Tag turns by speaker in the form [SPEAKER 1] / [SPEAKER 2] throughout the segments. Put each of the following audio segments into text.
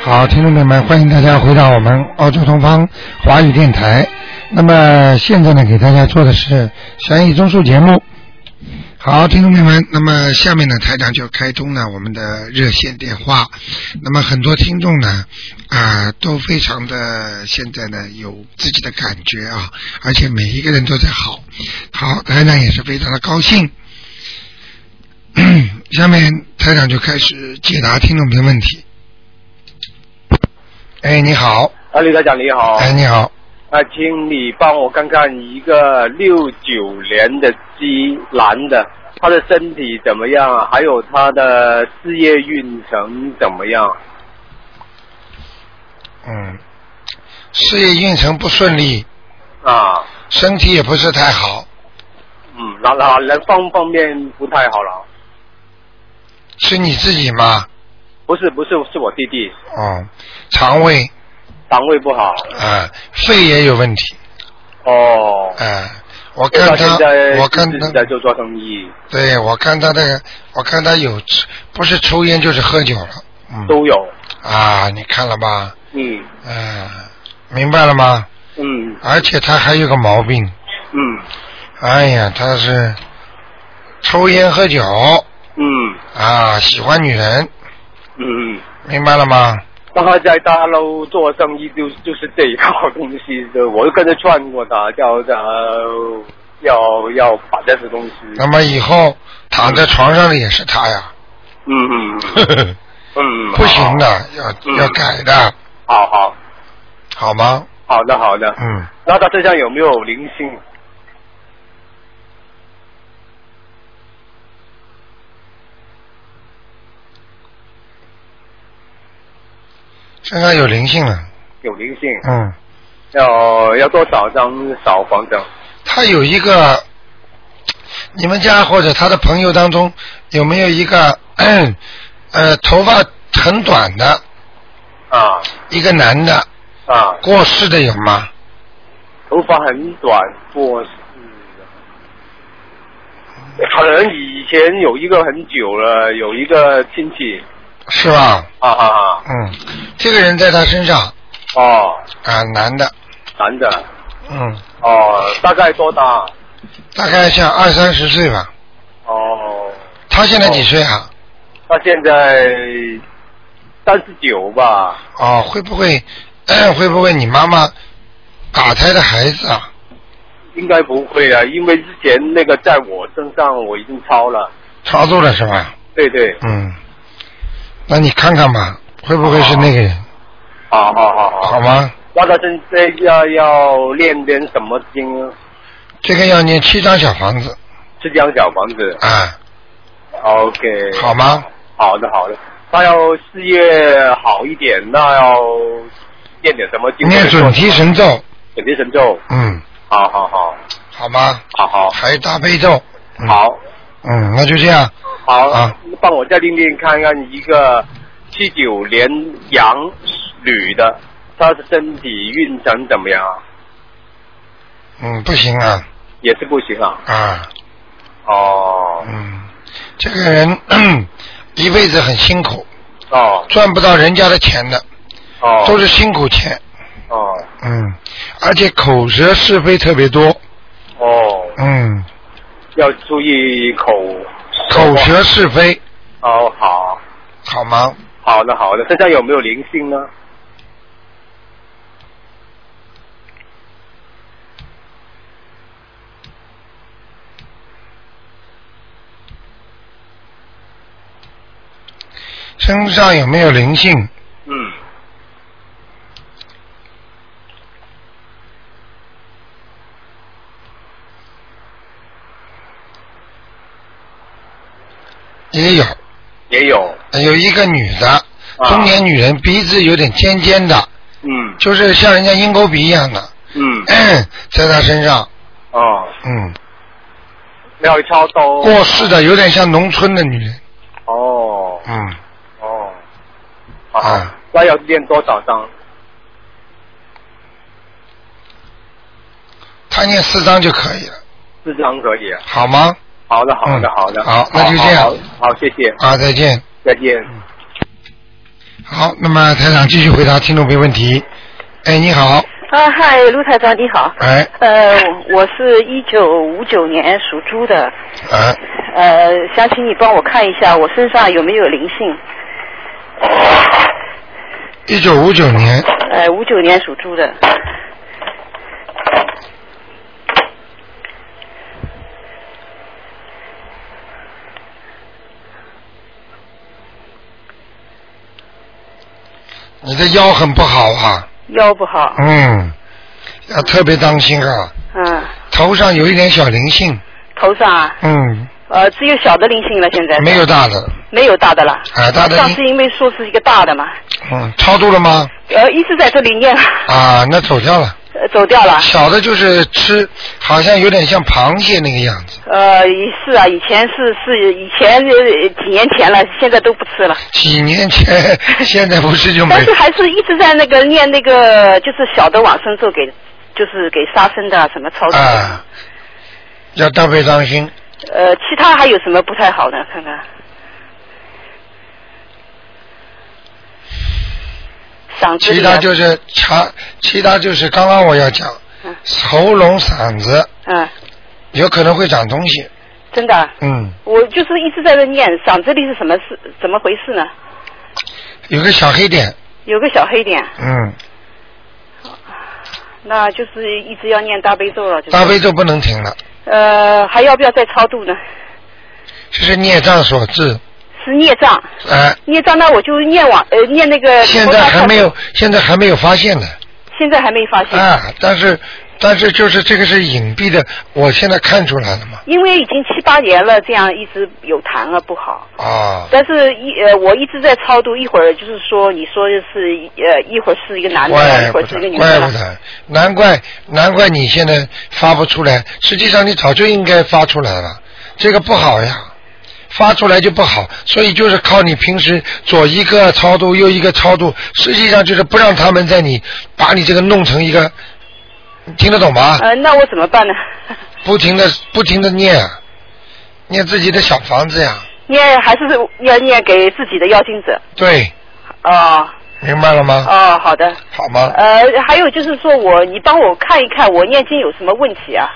[SPEAKER 1] 好，听众朋友们，欢迎大家回到我们澳洲东方华语电台。那么现在呢，给大家做的是悬疑综述节目。好，听众朋友们，那么下面呢，台长就开通了我们的热线电话。那么很多听众呢，啊、都非常的现在呢有自己的感觉啊，而且每一个人都在好。好，台长也是非常的高兴。 下面台长就开始解答听众朋友问题。哎，你好，
[SPEAKER 2] 啊，刘台长你好，
[SPEAKER 1] 哎，你好，
[SPEAKER 2] 啊，请你帮我看看一个六九年的鸡男的，他的身体怎么样啊？还有他的事业运程怎么样？
[SPEAKER 1] 嗯，事业运程不顺利，
[SPEAKER 2] 啊，
[SPEAKER 1] 身体也不是太好，
[SPEAKER 2] 嗯，哪哪哪方方面不太好了？
[SPEAKER 1] 是你自己吗？
[SPEAKER 2] 不是不是，是我弟弟
[SPEAKER 1] 哦，肠胃
[SPEAKER 2] 肠胃不好
[SPEAKER 1] 啊、肺也有问题
[SPEAKER 2] 哦
[SPEAKER 1] 啊、。我看
[SPEAKER 2] 所以
[SPEAKER 1] 他
[SPEAKER 2] 现在，
[SPEAKER 1] 我看
[SPEAKER 2] 一直
[SPEAKER 1] 他
[SPEAKER 2] 是，在做做生意
[SPEAKER 1] 对我看他的，我看他有吃，不是抽烟就是喝酒了，嗯，
[SPEAKER 2] 都有，
[SPEAKER 1] 啊，你看了吧？
[SPEAKER 2] 嗯
[SPEAKER 1] 嗯、明白了吗？
[SPEAKER 2] 嗯
[SPEAKER 1] 而且他还有个毛病，
[SPEAKER 2] 嗯
[SPEAKER 1] 哎呀，他是抽烟喝酒
[SPEAKER 2] 嗯
[SPEAKER 1] 啊，喜欢女人，
[SPEAKER 2] 嗯。嗯
[SPEAKER 1] 明白了吗？
[SPEAKER 2] 他在大陆做生意就就是这一套东西的，我就跟着劝过他，叫他要要把这些东西，
[SPEAKER 1] 那么以后躺在床上的也是他呀，
[SPEAKER 2] 嗯嗯
[SPEAKER 1] 呵呵
[SPEAKER 2] 嗯，
[SPEAKER 1] 不行
[SPEAKER 2] 的，
[SPEAKER 1] 的，要
[SPEAKER 2] 嗯
[SPEAKER 1] 要改的，
[SPEAKER 2] 好好
[SPEAKER 1] 好吗？
[SPEAKER 2] 好的好的，
[SPEAKER 1] 嗯，
[SPEAKER 2] 那他身上有没有灵性？
[SPEAKER 1] 身上有灵性了，
[SPEAKER 2] 有灵性，
[SPEAKER 1] 嗯，
[SPEAKER 2] 要要多少张小房子？
[SPEAKER 1] 他有一个，你们家或者他的朋友当中有没有一个， 呃，头发很短的
[SPEAKER 2] 啊
[SPEAKER 1] 一个男的
[SPEAKER 2] 啊，
[SPEAKER 1] 过世的有吗？
[SPEAKER 2] 头发很短，过世了。可能以前有一个很久了，有一个亲戚，
[SPEAKER 1] 是吧？
[SPEAKER 2] 啊啊啊，
[SPEAKER 1] 嗯，这个人在他身上
[SPEAKER 2] 哦，
[SPEAKER 1] 啊，男的，
[SPEAKER 2] 男的，
[SPEAKER 1] 嗯，
[SPEAKER 2] 哦，大概多大？
[SPEAKER 1] 大概像二三十岁吧。
[SPEAKER 2] 哦，
[SPEAKER 1] 他现在几岁啊？
[SPEAKER 2] 他现在三十九吧？
[SPEAKER 1] 哦，会不会 会不会你妈妈打胎的孩子啊？
[SPEAKER 2] 应该不会啊，因为之前那个在我身上我已经超了。
[SPEAKER 1] 操作了是吧？
[SPEAKER 2] 对对，
[SPEAKER 1] 嗯，那你看看吧，会不会是那个人？
[SPEAKER 2] 好好好
[SPEAKER 1] 好
[SPEAKER 2] 好。啊
[SPEAKER 1] 吗？
[SPEAKER 2] 那他现在要要练点什么经啊？
[SPEAKER 1] 这个要念七张小房子
[SPEAKER 2] 是讲小房子
[SPEAKER 1] 啊，
[SPEAKER 2] ，OK，
[SPEAKER 1] 好吗？
[SPEAKER 2] 好的好的。他要事业好一点，那要练点什么经？
[SPEAKER 1] 念准提，神咒，
[SPEAKER 2] 准提神咒，
[SPEAKER 1] 嗯，
[SPEAKER 2] 好好好，
[SPEAKER 1] 好吗？
[SPEAKER 2] 好好
[SPEAKER 1] 还有大悲咒，嗯，
[SPEAKER 2] 好。
[SPEAKER 1] 嗯，那就这样。
[SPEAKER 2] 好，
[SPEAKER 1] 啊
[SPEAKER 2] 帮我再另另看看一个七九年羊女的，她的身体运程怎么样啊？
[SPEAKER 1] 嗯，不行啊
[SPEAKER 2] 也是不行啊。
[SPEAKER 1] 啊，
[SPEAKER 2] 哦
[SPEAKER 1] 嗯，这个人 一辈子很辛苦，
[SPEAKER 2] 哦
[SPEAKER 1] 赚不到人家的钱的，
[SPEAKER 2] 哦，
[SPEAKER 1] 都是辛苦钱。
[SPEAKER 2] 哦
[SPEAKER 1] 嗯，而且口舌是非特别多。
[SPEAKER 2] 哦，
[SPEAKER 1] 嗯，
[SPEAKER 2] 要注意口
[SPEAKER 1] 口舌是非，
[SPEAKER 2] 哦，好
[SPEAKER 1] 好吗？
[SPEAKER 2] 好的好的，身上有没有灵性呢？
[SPEAKER 1] 身上有没有灵性？
[SPEAKER 2] 嗯，
[SPEAKER 1] 也有，
[SPEAKER 2] 也有，
[SPEAKER 1] 有一个女的，
[SPEAKER 2] 啊
[SPEAKER 1] 中年女人，鼻子有点尖尖的，
[SPEAKER 2] 嗯
[SPEAKER 1] 就是像人家鹰钩鼻一样的，
[SPEAKER 2] 嗯
[SPEAKER 1] 在她身上，
[SPEAKER 2] 哦，
[SPEAKER 1] 嗯，
[SPEAKER 2] 要超多
[SPEAKER 1] 过世的有点像农村的女人，
[SPEAKER 2] 哦
[SPEAKER 1] 嗯，
[SPEAKER 2] 哦，
[SPEAKER 1] 啊，
[SPEAKER 2] 那要练多少张？
[SPEAKER 1] 她念四张就可以了，
[SPEAKER 2] 四张可以啊。
[SPEAKER 1] 好吗？
[SPEAKER 2] 好的，好的，
[SPEAKER 1] 嗯
[SPEAKER 2] 好的，
[SPEAKER 1] 好那就这样
[SPEAKER 2] 好，好好谢谢，
[SPEAKER 1] 啊，再见。
[SPEAKER 2] 再见。
[SPEAKER 1] 啊好，那么台长继续回答听众朋友问题。哎，你好，
[SPEAKER 3] 啊，嗨，卢台长，你好。
[SPEAKER 1] 哎，
[SPEAKER 3] 呃，我是一九五九年属猪的，
[SPEAKER 1] 哎，
[SPEAKER 3] 呃，想请你帮我看一下我身上有没有灵性。
[SPEAKER 1] 一九五九年，
[SPEAKER 3] 呃，五九年属猪的，
[SPEAKER 1] 你的腰很不好啊，
[SPEAKER 3] 腰不好，
[SPEAKER 1] 嗯，要特别当心啊，
[SPEAKER 3] 嗯，
[SPEAKER 1] 头上有一点小灵性，
[SPEAKER 3] 头上啊，
[SPEAKER 1] 嗯，
[SPEAKER 3] 呃，只有小的灵性了，现在
[SPEAKER 1] 没有大的，
[SPEAKER 3] 没有大的了。
[SPEAKER 1] 啊，大的
[SPEAKER 3] 上
[SPEAKER 1] 灵
[SPEAKER 3] 次，因为说是一个大的嘛，
[SPEAKER 1] 嗯，超度了吗？
[SPEAKER 3] 呃，一直在这里念，
[SPEAKER 1] 啊，那走掉了。
[SPEAKER 3] 呃走掉了。
[SPEAKER 1] 小的就是吃，好像有点像螃蟹那个样子，
[SPEAKER 3] 呃，也是啊，以前是是以前呃几年前了，现在都不吃了。
[SPEAKER 1] 几年前，现在不是就没
[SPEAKER 3] 但是还是一直在那个念那个，就是小的往生咒给，就是给杀生的啊什么操作。
[SPEAKER 1] 啊？要特别当心，
[SPEAKER 3] 呃，其他还有什么不太好的？看看。嗓子
[SPEAKER 1] 其
[SPEAKER 3] 里啊
[SPEAKER 1] 他就是查，其他就是刚刚我要讲
[SPEAKER 3] 嗯，
[SPEAKER 1] 喉咙、嗓子
[SPEAKER 3] 嗯，
[SPEAKER 1] 有可能会长东西，
[SPEAKER 3] 真的啊，
[SPEAKER 1] 嗯，
[SPEAKER 3] 我就是一直在那念，嗓子里是什么事？怎么回事呢？
[SPEAKER 1] 有个小黑点，
[SPEAKER 3] 有个小黑点，
[SPEAKER 1] 嗯，
[SPEAKER 3] 那就是一直要念大悲咒了，就是。
[SPEAKER 1] 大悲咒不能停了，
[SPEAKER 3] 呃，还要不要再超度呢？
[SPEAKER 1] 这是孽障所致，
[SPEAKER 3] 是孽障，
[SPEAKER 1] 哎、
[SPEAKER 3] 孽障那我就念往呃念那个。
[SPEAKER 1] 现在还没有，现在还没有发现呢，
[SPEAKER 3] 现在还没发现，
[SPEAKER 1] 啊，但是但是就是这个是隐蔽的，我现在看出来了嘛，
[SPEAKER 3] 因为已经七八年了，这样一直有痰啊不好。
[SPEAKER 1] 啊，
[SPEAKER 3] 但是一呃，我一直在超度，一会儿就是说，你说是呃，一会儿是一个男的，
[SPEAKER 1] 怪
[SPEAKER 3] 一
[SPEAKER 1] 不
[SPEAKER 3] 会儿是一个
[SPEAKER 1] 得，
[SPEAKER 3] 女
[SPEAKER 1] 怪
[SPEAKER 3] 的了
[SPEAKER 1] 不。得，难怪难怪你现在发不出来，实际上你早就应该发出来了，这个不好呀。发出来就不好，所以就是靠你平时左一个超度，右一个超度，实际上就是不让他们在你把你这个弄成一个，听得懂吗？
[SPEAKER 3] 呃，那我怎么办呢？
[SPEAKER 1] 不停的不停的念啊，念自己的小房子呀，
[SPEAKER 3] 念还是要念给自己的邀请者？
[SPEAKER 1] 对，
[SPEAKER 3] 哦
[SPEAKER 1] 明白了吗？
[SPEAKER 3] 哦，好的。
[SPEAKER 1] 好吗？
[SPEAKER 3] 呃，还有就是说我，你帮我看一看我念经有什么问题啊？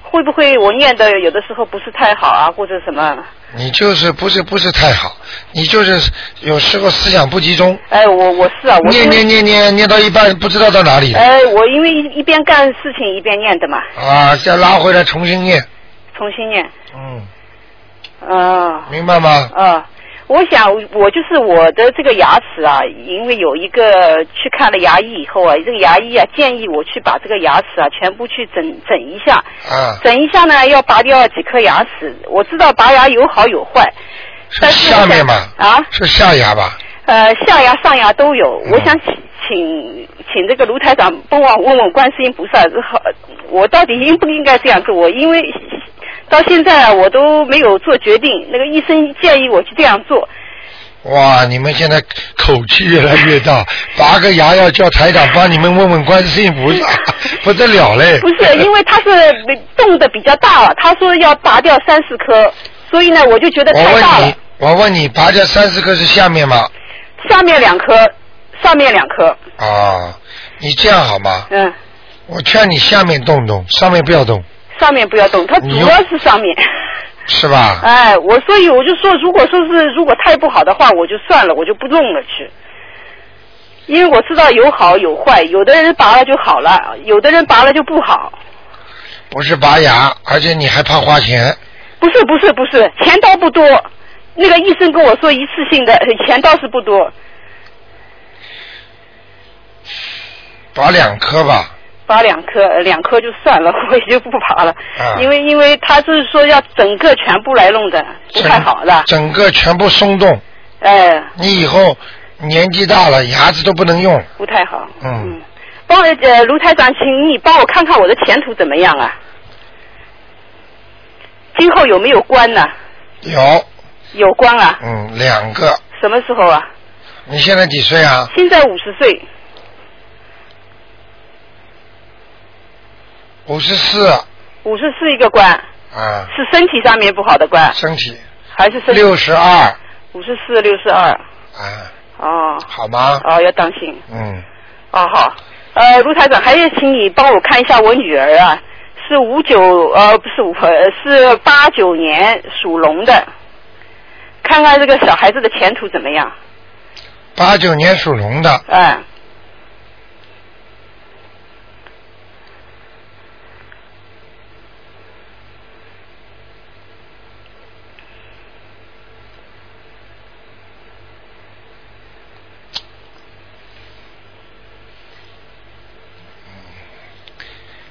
[SPEAKER 3] 会不会我念的有的时候不是太好啊，或者什么？
[SPEAKER 1] 你就是不是不是太好，你就是有时候思想不集中，
[SPEAKER 3] 哎，我我是啊，我是
[SPEAKER 1] 念念念念念到一半不知道到哪里了
[SPEAKER 3] 哎，我因为一一边干事情一边念的嘛，
[SPEAKER 1] 啊，再拉回来重新念，
[SPEAKER 3] 重新念。
[SPEAKER 1] 嗯，
[SPEAKER 3] 嗯、
[SPEAKER 1] 明白吗？
[SPEAKER 3] 啊，我想我就是我的这个牙齿啊，因为有一个去看了牙医以后啊，这个牙医啊建议我去把这个牙齿啊全部去整整一下，
[SPEAKER 1] 啊，
[SPEAKER 3] 整一下呢要拔掉几颗牙齿。我知道拔牙有好有坏，
[SPEAKER 1] 是
[SPEAKER 3] 但是我
[SPEAKER 1] 下
[SPEAKER 3] 想
[SPEAKER 1] 面吧？
[SPEAKER 3] 啊，
[SPEAKER 1] 是下牙吧？
[SPEAKER 3] 呃，下牙上牙都有。
[SPEAKER 1] 嗯
[SPEAKER 3] 我想请请请这个卢台长帮我问问观世音菩萨，好，我到底应不应该这样做？我因为到现在啊我都没有做决定，那个医生建议我去这样做。
[SPEAKER 1] 哇，你们现在口气越来越大，拔个牙要叫台长帮你们问问观世音菩 萨，不得了嘞！
[SPEAKER 3] 不是，因为他是动的比较大了，他说要拔掉三四颗，所以呢，我就觉得
[SPEAKER 1] 我
[SPEAKER 3] 太大
[SPEAKER 1] 问
[SPEAKER 3] 了
[SPEAKER 1] 你。，我问你，拔掉三十颗是下面吗？
[SPEAKER 3] 下面两颗，上面两颗，
[SPEAKER 1] 啊，你这样好吗？
[SPEAKER 3] 嗯，
[SPEAKER 1] 我劝你下面动动，上面不要动，
[SPEAKER 3] 上面不要动，它主
[SPEAKER 1] 你用
[SPEAKER 3] 要是上面。
[SPEAKER 1] 是吧？
[SPEAKER 3] 哎，我所以我就说，如果说是如果太不好的话，我就算了，我就不弄了去。因为我知道有好有坏，有的人拔了就好了，有的人拔了就不好。
[SPEAKER 1] 不是拔牙，而且你还怕花钱，
[SPEAKER 3] 不是不是不是，钱倒不多。那个医生跟我说一次性的钱倒是不多，
[SPEAKER 1] 拔两颗吧。
[SPEAKER 3] 拔两颗，呃两颗就算了， 我也就不拔了，
[SPEAKER 1] 啊
[SPEAKER 3] 因为因为他就是说要整个全部来弄的，不太好的，
[SPEAKER 1] 整个全部松动，
[SPEAKER 3] 哎，
[SPEAKER 1] 你以后年纪大了，牙齿都不能用了。
[SPEAKER 3] 不太好。
[SPEAKER 1] 嗯
[SPEAKER 3] 嗯，帮我呃，卢台长，请你帮我看看我的前途怎么样啊？今后有没有关呢、
[SPEAKER 1] 有，
[SPEAKER 3] 有关啊？
[SPEAKER 1] 嗯，两个。
[SPEAKER 3] 什么时候啊？
[SPEAKER 1] 你现在几岁啊？
[SPEAKER 3] 现在五十岁，
[SPEAKER 1] 五十四
[SPEAKER 3] 五十是一个关，
[SPEAKER 1] 啊，
[SPEAKER 3] 是身体上面不好的关，
[SPEAKER 1] 身体
[SPEAKER 3] 还是身
[SPEAKER 1] 六十二
[SPEAKER 3] 五十四六十二？
[SPEAKER 1] 啊，
[SPEAKER 3] 哦、哦
[SPEAKER 1] 好吗？
[SPEAKER 3] 哦，要当心。
[SPEAKER 1] 嗯，
[SPEAKER 3] 哦好，呃，卢台长，还有请你帮我看一下我女儿啊，是五九呃不是五呃是八九年属龙的，看看这个小孩子的前途怎么样？
[SPEAKER 1] 八九年属龙的，
[SPEAKER 3] 嗯。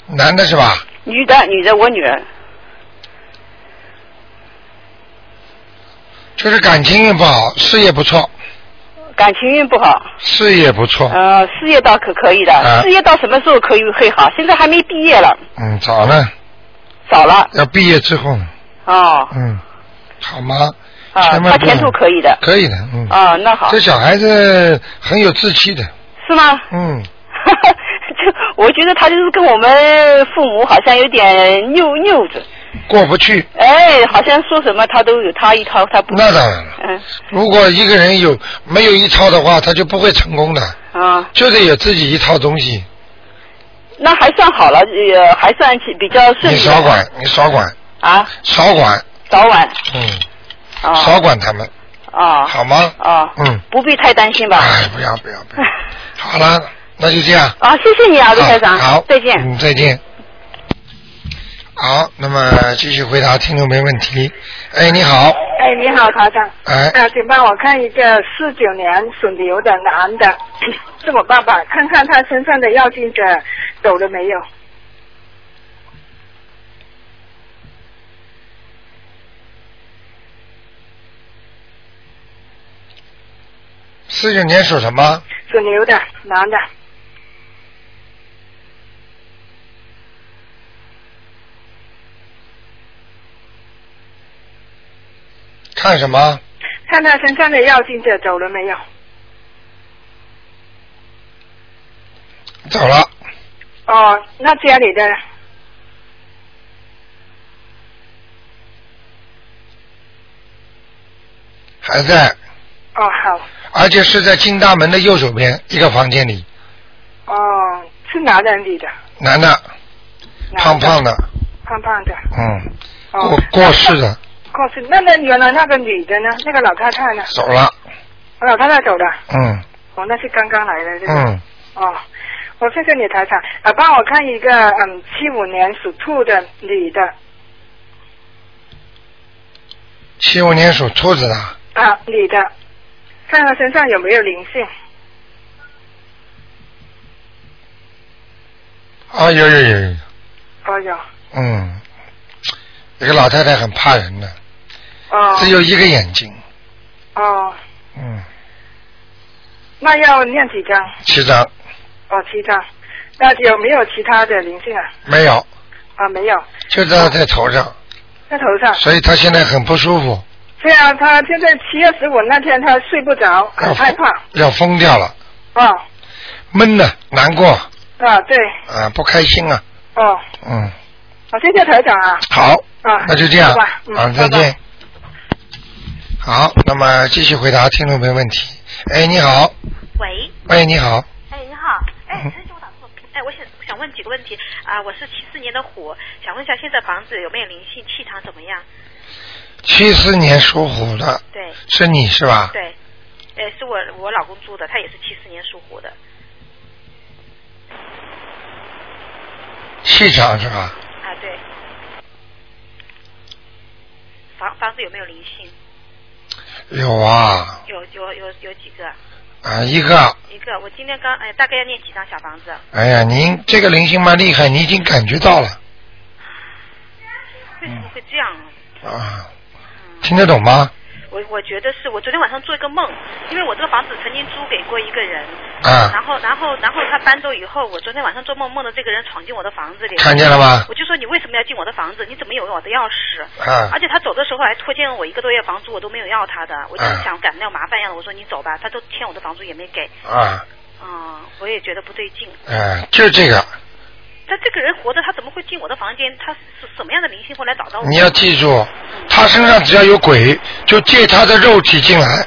[SPEAKER 1] 男的是吧？
[SPEAKER 3] 女的，女的，我女儿，
[SPEAKER 1] 就是感情运不好，事业不错，
[SPEAKER 3] 感情运不好，
[SPEAKER 1] 事业不错，
[SPEAKER 3] 呃，事业倒可可以的，
[SPEAKER 1] 啊
[SPEAKER 3] 事业到什么时候可以会好？现在还没毕业了，
[SPEAKER 1] 嗯，早呢，
[SPEAKER 3] 早了，
[SPEAKER 1] 要毕业之后呢，
[SPEAKER 3] 哦，
[SPEAKER 1] 嗯，好吗？
[SPEAKER 3] 啊，
[SPEAKER 1] 千万
[SPEAKER 3] 她
[SPEAKER 1] 不
[SPEAKER 3] 前途可以的，
[SPEAKER 1] 可以的，嗯，
[SPEAKER 3] 啊，那好
[SPEAKER 1] 这，小孩子很有志气的，
[SPEAKER 3] 是吗？
[SPEAKER 1] 嗯，
[SPEAKER 3] 就我觉得他就是跟我们父母好像有点拗拗着，
[SPEAKER 1] 过不去，
[SPEAKER 3] 哎，好像说什么他都有他一套，他不
[SPEAKER 1] 那当然了。
[SPEAKER 3] 嗯
[SPEAKER 1] 如果一个人有没有一套的话，他就不会成功的，
[SPEAKER 3] 啊，
[SPEAKER 1] 就得有自己一套东西。
[SPEAKER 3] 那还算好了，呃，还算起比较顺
[SPEAKER 1] 你
[SPEAKER 3] 利的
[SPEAKER 1] 少管，你少管，
[SPEAKER 3] 啊，
[SPEAKER 1] 少管，
[SPEAKER 3] 早晚
[SPEAKER 1] 嗯，
[SPEAKER 3] 啊
[SPEAKER 1] 少管他们，
[SPEAKER 3] 啊
[SPEAKER 1] 好吗？
[SPEAKER 3] 啊，
[SPEAKER 1] 嗯，
[SPEAKER 3] 不必太担心吧。
[SPEAKER 1] 哎，不要不要不要，好了，那就这样。
[SPEAKER 3] 啊，谢谢你啊啊，卢台长，
[SPEAKER 1] 好，好
[SPEAKER 3] 再见。
[SPEAKER 1] 嗯，再见。好，那么继续回答听众没问题。哎，你好，
[SPEAKER 4] 哎，你好，台长。
[SPEAKER 1] 哎，
[SPEAKER 4] 啊，请帮我看一个四九年属牛的男的， 是我爸爸，看看他身上的药精者走了没有？
[SPEAKER 1] 四九年属什么？
[SPEAKER 4] 属牛的男的，
[SPEAKER 1] 看什么？
[SPEAKER 4] 看他身上的药精者走了没有？
[SPEAKER 1] 走了，
[SPEAKER 4] 哦，那家里的
[SPEAKER 1] 还在，
[SPEAKER 4] 哦好
[SPEAKER 1] 而且是在进大门的右手边一个房间里，
[SPEAKER 4] 哦，是男的女的？
[SPEAKER 1] 男的，
[SPEAKER 4] 男
[SPEAKER 1] 胖
[SPEAKER 4] 的
[SPEAKER 1] 胖的，
[SPEAKER 4] 胖胖的。
[SPEAKER 1] 嗯，
[SPEAKER 4] 哦
[SPEAKER 1] 过过世的，
[SPEAKER 4] 过世，那那原来那个女的呢？那个老太太呢？
[SPEAKER 1] 走了，
[SPEAKER 4] 老太太走了，
[SPEAKER 1] 嗯
[SPEAKER 4] 哦，那是刚刚来的，这个。
[SPEAKER 1] 嗯，
[SPEAKER 4] 哦，我谢谢你台长，啊，帮我看一个嗯七五年属兔的女的
[SPEAKER 1] 七五年属兔子的，
[SPEAKER 4] 啊女的，看她身上有没有灵性
[SPEAKER 1] 啊有有有有，
[SPEAKER 4] 哦有
[SPEAKER 1] 嗯，这个老太太很怕人的，
[SPEAKER 4] 哦
[SPEAKER 1] 只有一个眼睛，
[SPEAKER 4] 哦，
[SPEAKER 1] 嗯，
[SPEAKER 4] 那要念几张？
[SPEAKER 1] 七张
[SPEAKER 4] 哦七张，那有没有其他的灵性啊？
[SPEAKER 1] 没有，
[SPEAKER 4] 啊没有，
[SPEAKER 1] 就在在头上，
[SPEAKER 4] 在头上。
[SPEAKER 1] 所以她现在很不舒服，
[SPEAKER 4] 对啊，她现在七月十五那天她睡不着，
[SPEAKER 1] 哎
[SPEAKER 4] 很害怕
[SPEAKER 1] 要疯掉了，
[SPEAKER 4] 哦
[SPEAKER 1] 闷的，难过
[SPEAKER 4] 啊对
[SPEAKER 1] 啊，不开心啊，
[SPEAKER 4] 哦，
[SPEAKER 1] 嗯，
[SPEAKER 4] 好谢谢台长啊
[SPEAKER 1] 好。
[SPEAKER 4] 啊，
[SPEAKER 1] 那就这样，
[SPEAKER 4] 好吧嗯
[SPEAKER 1] 啊，再
[SPEAKER 4] 拜拜
[SPEAKER 1] 见。好，那么继续回答听众朋友问题。哎，你好，
[SPEAKER 5] 喂，
[SPEAKER 1] 喂，你好，
[SPEAKER 5] 哎，你好，哎，
[SPEAKER 1] 嗯
[SPEAKER 5] 陈局长，我哎，我想想问几个问题啊、我是七四年的虎，想问一下现在房子有没有灵性，气场怎么样？
[SPEAKER 1] 七四年属虎的
[SPEAKER 5] 对
[SPEAKER 1] 是你是吧？
[SPEAKER 5] 对，哎，是我我老公住的，他也是七四年属虎的，
[SPEAKER 1] 气场是吧？
[SPEAKER 5] 啊对，房房子有没有灵性？
[SPEAKER 1] 有啊，
[SPEAKER 5] 有有有有几个？
[SPEAKER 1] 啊，一个，
[SPEAKER 5] 一个，我今天刚哎，大概要念几张小房子？啊
[SPEAKER 1] 哎呀，您这个灵性蛮厉害，你已经感觉到了
[SPEAKER 5] 为
[SPEAKER 1] 嗯
[SPEAKER 5] 什么会这样？
[SPEAKER 1] 啊，听得懂吗？
[SPEAKER 5] 我我觉得是我昨天晚上做一个梦，因为我这个房子曾经租给过一个人，
[SPEAKER 1] 啊，
[SPEAKER 5] 然后，然后，然后他搬走以后，我昨天晚上做梦，梦到这个人闯进我的房子里。
[SPEAKER 1] 看见了吗？
[SPEAKER 5] 我就说你为什么要进我的房子？你怎么有我的钥匙？
[SPEAKER 1] 啊
[SPEAKER 5] 而且他走的时候还拖欠了我一个多月房租，我都没有要他的。我就
[SPEAKER 1] 啊
[SPEAKER 5] 想赶那麻烦样的，我说你走吧，他都欠我的房租也没给。
[SPEAKER 1] 啊，
[SPEAKER 5] 嗯，我也觉得不对劲。
[SPEAKER 1] 哎，就这个，
[SPEAKER 5] 他这个人活着，他怎么会进我的房间？他是什么样的灵性会来找到我？
[SPEAKER 1] 你要记住，他身上只要有鬼，就借他的肉体进来，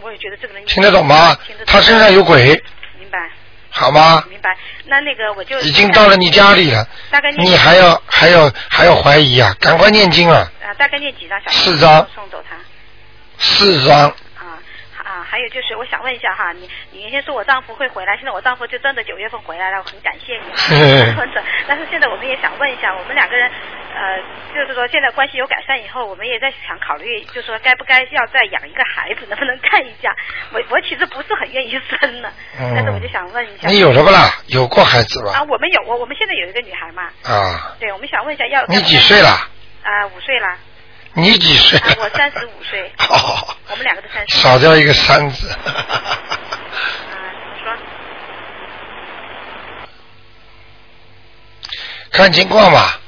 [SPEAKER 5] 我会觉得这个人
[SPEAKER 1] 听得懂吗
[SPEAKER 5] 听得？懂
[SPEAKER 1] 他身上有鬼，
[SPEAKER 5] 明白
[SPEAKER 1] 好吗？
[SPEAKER 5] 明白。那那个我就
[SPEAKER 1] 已经到了你家里了，
[SPEAKER 5] 大概念
[SPEAKER 1] 你还要还要还要怀疑啊？赶快念经啊！
[SPEAKER 5] 啊，大概念几张小
[SPEAKER 1] 四张
[SPEAKER 5] 送走他。
[SPEAKER 1] 四张，
[SPEAKER 5] 啊啊，还有就是，我想问一下哈，你你原先说我丈夫会回来，现在我丈夫就真的九月份回来了，我很感谢 你啊。 或者但是现在我们也想问一下，我们两个人呃，就是说现在关系有改善以后，我们也在想考虑，就说该不该要再养一个孩子，能不能看一下？我我其实不是很愿意生呢，
[SPEAKER 1] 嗯
[SPEAKER 5] 但是我就想问一下，
[SPEAKER 1] 你有了不啦？有过孩子
[SPEAKER 5] 啊？
[SPEAKER 1] 吧？
[SPEAKER 5] 我们有，我我们现在有一个女孩嘛，
[SPEAKER 1] 啊，
[SPEAKER 5] 对，我们想问一下要
[SPEAKER 1] 你几岁了？
[SPEAKER 5] 啊？五岁啦，
[SPEAKER 1] 你几岁
[SPEAKER 5] 啊？，我三十。五岁，
[SPEAKER 1] 哦，
[SPEAKER 5] 我们两个都三 十。
[SPEAKER 1] 少掉一个三字。
[SPEAKER 5] 啊，怎么说？
[SPEAKER 1] 看情况吧，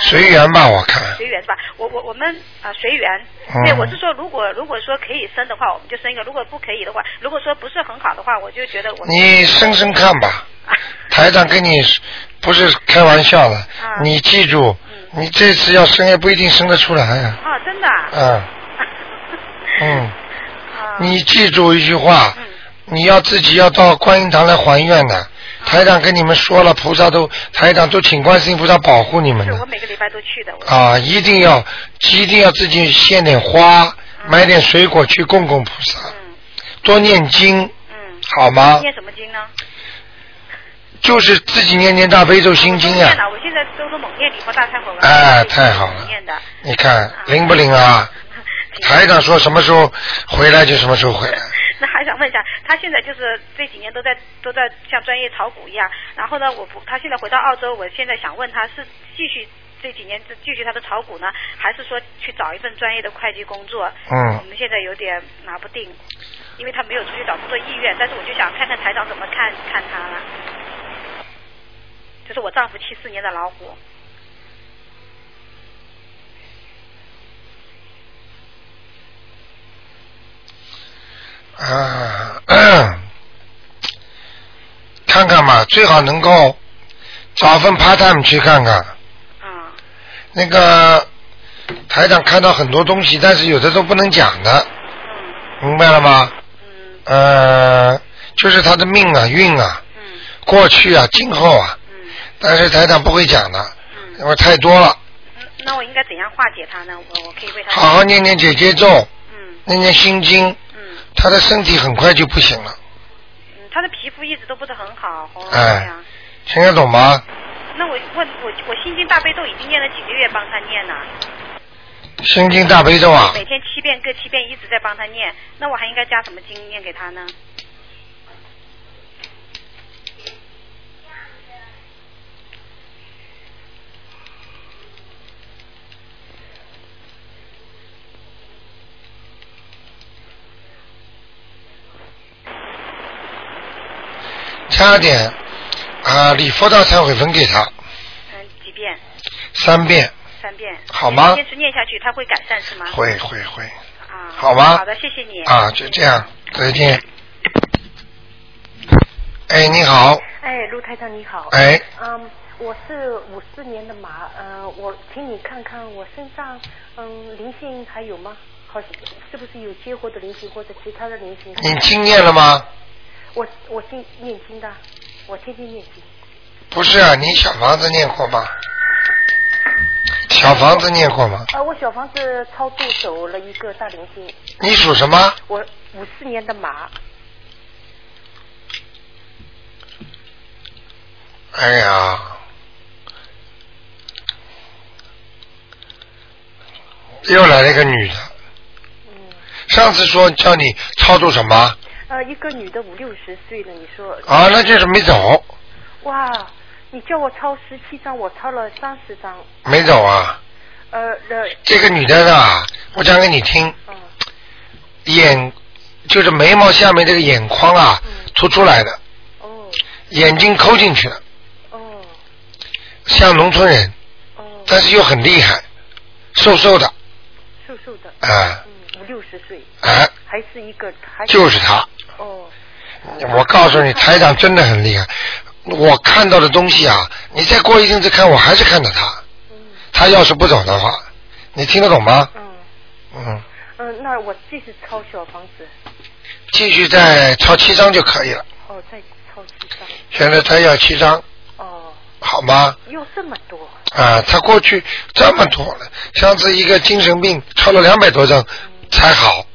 [SPEAKER 1] 随缘吧，我看。
[SPEAKER 5] 随缘吧，我我我们啊、随缘。
[SPEAKER 1] 嗯
[SPEAKER 5] 对，我是说，如果如果说可以生的话，我们就生一个；如果不可以的话，如果说不是很好的话，我就觉得我
[SPEAKER 1] 你生生看吧，
[SPEAKER 5] 啊
[SPEAKER 1] 台长跟你不是开玩笑的，
[SPEAKER 5] 嗯
[SPEAKER 1] 你记住，你这次要生也不一定生得出来呀、
[SPEAKER 5] 啊，真的啊
[SPEAKER 1] 啊。， 嗯，
[SPEAKER 5] 啊
[SPEAKER 1] 你记住一句话，
[SPEAKER 5] 嗯啊
[SPEAKER 1] 你要自己要到观音堂来还愿的。台长跟你们说了，菩萨都台长都请观世音菩萨保护你们
[SPEAKER 5] 是
[SPEAKER 1] 的
[SPEAKER 5] 我每个礼拜都去的，我
[SPEAKER 1] 啊！一定要一定要自己献点花，
[SPEAKER 5] 嗯
[SPEAKER 1] 买点水果去供供菩萨，
[SPEAKER 5] 嗯
[SPEAKER 1] 多念经
[SPEAKER 5] 嗯，
[SPEAKER 1] 好吗？
[SPEAKER 5] 念什么经呢？
[SPEAKER 1] 就是自己念念大悲咒心经
[SPEAKER 5] 我都
[SPEAKER 1] 呀、
[SPEAKER 5] 念了，我现在都是猛念礼佛大忏悔文。
[SPEAKER 1] 哎太好了
[SPEAKER 5] 念的。
[SPEAKER 1] 你看
[SPEAKER 5] 啊
[SPEAKER 1] 灵不灵 啊？台长说什么时候回来就什么时候回来。
[SPEAKER 5] 那还想问一下，他现在就是这几年都在都在像专业炒股一样，然后呢，我不，他现在回到澳洲，我现在想问他是继续这几年继续他的炒股呢，还是说去找一份专业的会计工作？
[SPEAKER 1] 嗯
[SPEAKER 5] 我们现在有点拿不定，因为他没有出去找工作意愿，但是我就想看看台长怎么看看他了。这是我丈夫七四年的老虎，
[SPEAKER 1] 啊， 看看吧，最好能够找份 part time 去看看。
[SPEAKER 5] 啊、
[SPEAKER 1] 那个台长看到很多东西，但是有的都不能讲的，
[SPEAKER 5] 嗯
[SPEAKER 1] 明白了吗？
[SPEAKER 5] 嗯
[SPEAKER 1] 呃，就是他的命啊、运啊、
[SPEAKER 5] 嗯
[SPEAKER 1] 过去啊、今后啊，
[SPEAKER 5] 嗯
[SPEAKER 1] 但是台长不会讲的，
[SPEAKER 5] 嗯
[SPEAKER 1] 因为太多了。
[SPEAKER 5] 嗯，那我应该怎样化解他呢？我我可以为他
[SPEAKER 1] 好好念念姐姐咒，
[SPEAKER 5] 嗯
[SPEAKER 1] 念念心经，
[SPEAKER 5] 嗯。
[SPEAKER 1] 他的身体很快就不行了，
[SPEAKER 5] 嗯，他的皮肤一直都不是很好，哦红肿
[SPEAKER 1] 哎
[SPEAKER 5] 这样。
[SPEAKER 1] 听得懂吗？
[SPEAKER 5] 那我问我我心经大悲咒已经念了几个月，帮他念呢，
[SPEAKER 1] 心经大悲咒啊，
[SPEAKER 5] 每天七遍各七遍，一直在帮他念。那我还应该加什么经念给他呢？
[SPEAKER 1] 差点啊，礼佛大忏悔文给他
[SPEAKER 5] 嗯，几遍？
[SPEAKER 1] 三遍，
[SPEAKER 5] 三遍。
[SPEAKER 1] 好吗
[SPEAKER 5] 坚持念下去，他会改善是吗？
[SPEAKER 1] 会会会
[SPEAKER 5] 啊。
[SPEAKER 1] 好吗
[SPEAKER 5] 好的，谢谢你。
[SPEAKER 1] 啊，就这样，再见。哎，你好，
[SPEAKER 6] 哎，陆台长你好。
[SPEAKER 1] 哎，
[SPEAKER 6] 嗯，我是五四年的马，呃，我请你看看我身上，嗯，灵性还有吗？好，是不是有激活的灵性或者其他的灵性？
[SPEAKER 1] 你经验了吗？
[SPEAKER 6] 我我是念经的，我天天念经。
[SPEAKER 1] 不是啊，你小房子念过吗？小房子念过吗？
[SPEAKER 6] 呃，我小房子超度走了一个大灵性，
[SPEAKER 1] 你属什么？
[SPEAKER 6] 我五四年的马，
[SPEAKER 1] 哎呀，又来了一个女的。
[SPEAKER 6] 嗯，
[SPEAKER 1] 上次说叫你操作什么
[SPEAKER 6] 呃，一个女的五六十岁了，你说，
[SPEAKER 1] 啊？那就是没走，
[SPEAKER 6] 哇，你叫我抄十七张，我抄了三十张，
[SPEAKER 1] 没走啊。
[SPEAKER 6] 呃，呃，
[SPEAKER 1] 这个女的啊，我讲给你听，
[SPEAKER 6] 嗯，
[SPEAKER 1] 眼就是眉毛下面这个眼眶啊
[SPEAKER 6] 嗯
[SPEAKER 1] 凸出来的，
[SPEAKER 6] 哦，
[SPEAKER 1] 眼睛抠进去了，
[SPEAKER 6] 哦，
[SPEAKER 1] 像农村人，
[SPEAKER 6] 哦，
[SPEAKER 1] 但是又很厉害，瘦瘦的，
[SPEAKER 6] 瘦瘦的。
[SPEAKER 1] 啊、
[SPEAKER 6] 嗯，五六十岁，
[SPEAKER 1] 哎、
[SPEAKER 6] 还是一个，还是
[SPEAKER 1] 就是她。
[SPEAKER 6] 哦，
[SPEAKER 1] 我告诉你，台长真的很厉害。我看到的东西啊，你再过一阵子看，我还是看到她。
[SPEAKER 6] 嗯
[SPEAKER 1] 她要是不走的话，你听得懂吗？
[SPEAKER 6] 嗯，
[SPEAKER 1] 嗯，
[SPEAKER 6] 嗯，那我继续抄小房子，
[SPEAKER 1] 继续再抄七张就可以了。
[SPEAKER 6] 哦，再抄几张，
[SPEAKER 1] 现在他要七张，
[SPEAKER 6] 哦，
[SPEAKER 1] 好吗？
[SPEAKER 6] 要这么多，
[SPEAKER 1] 啊，他过去这么多了，上次一个精神病抄了两百多张
[SPEAKER 6] 嗯
[SPEAKER 1] 才好，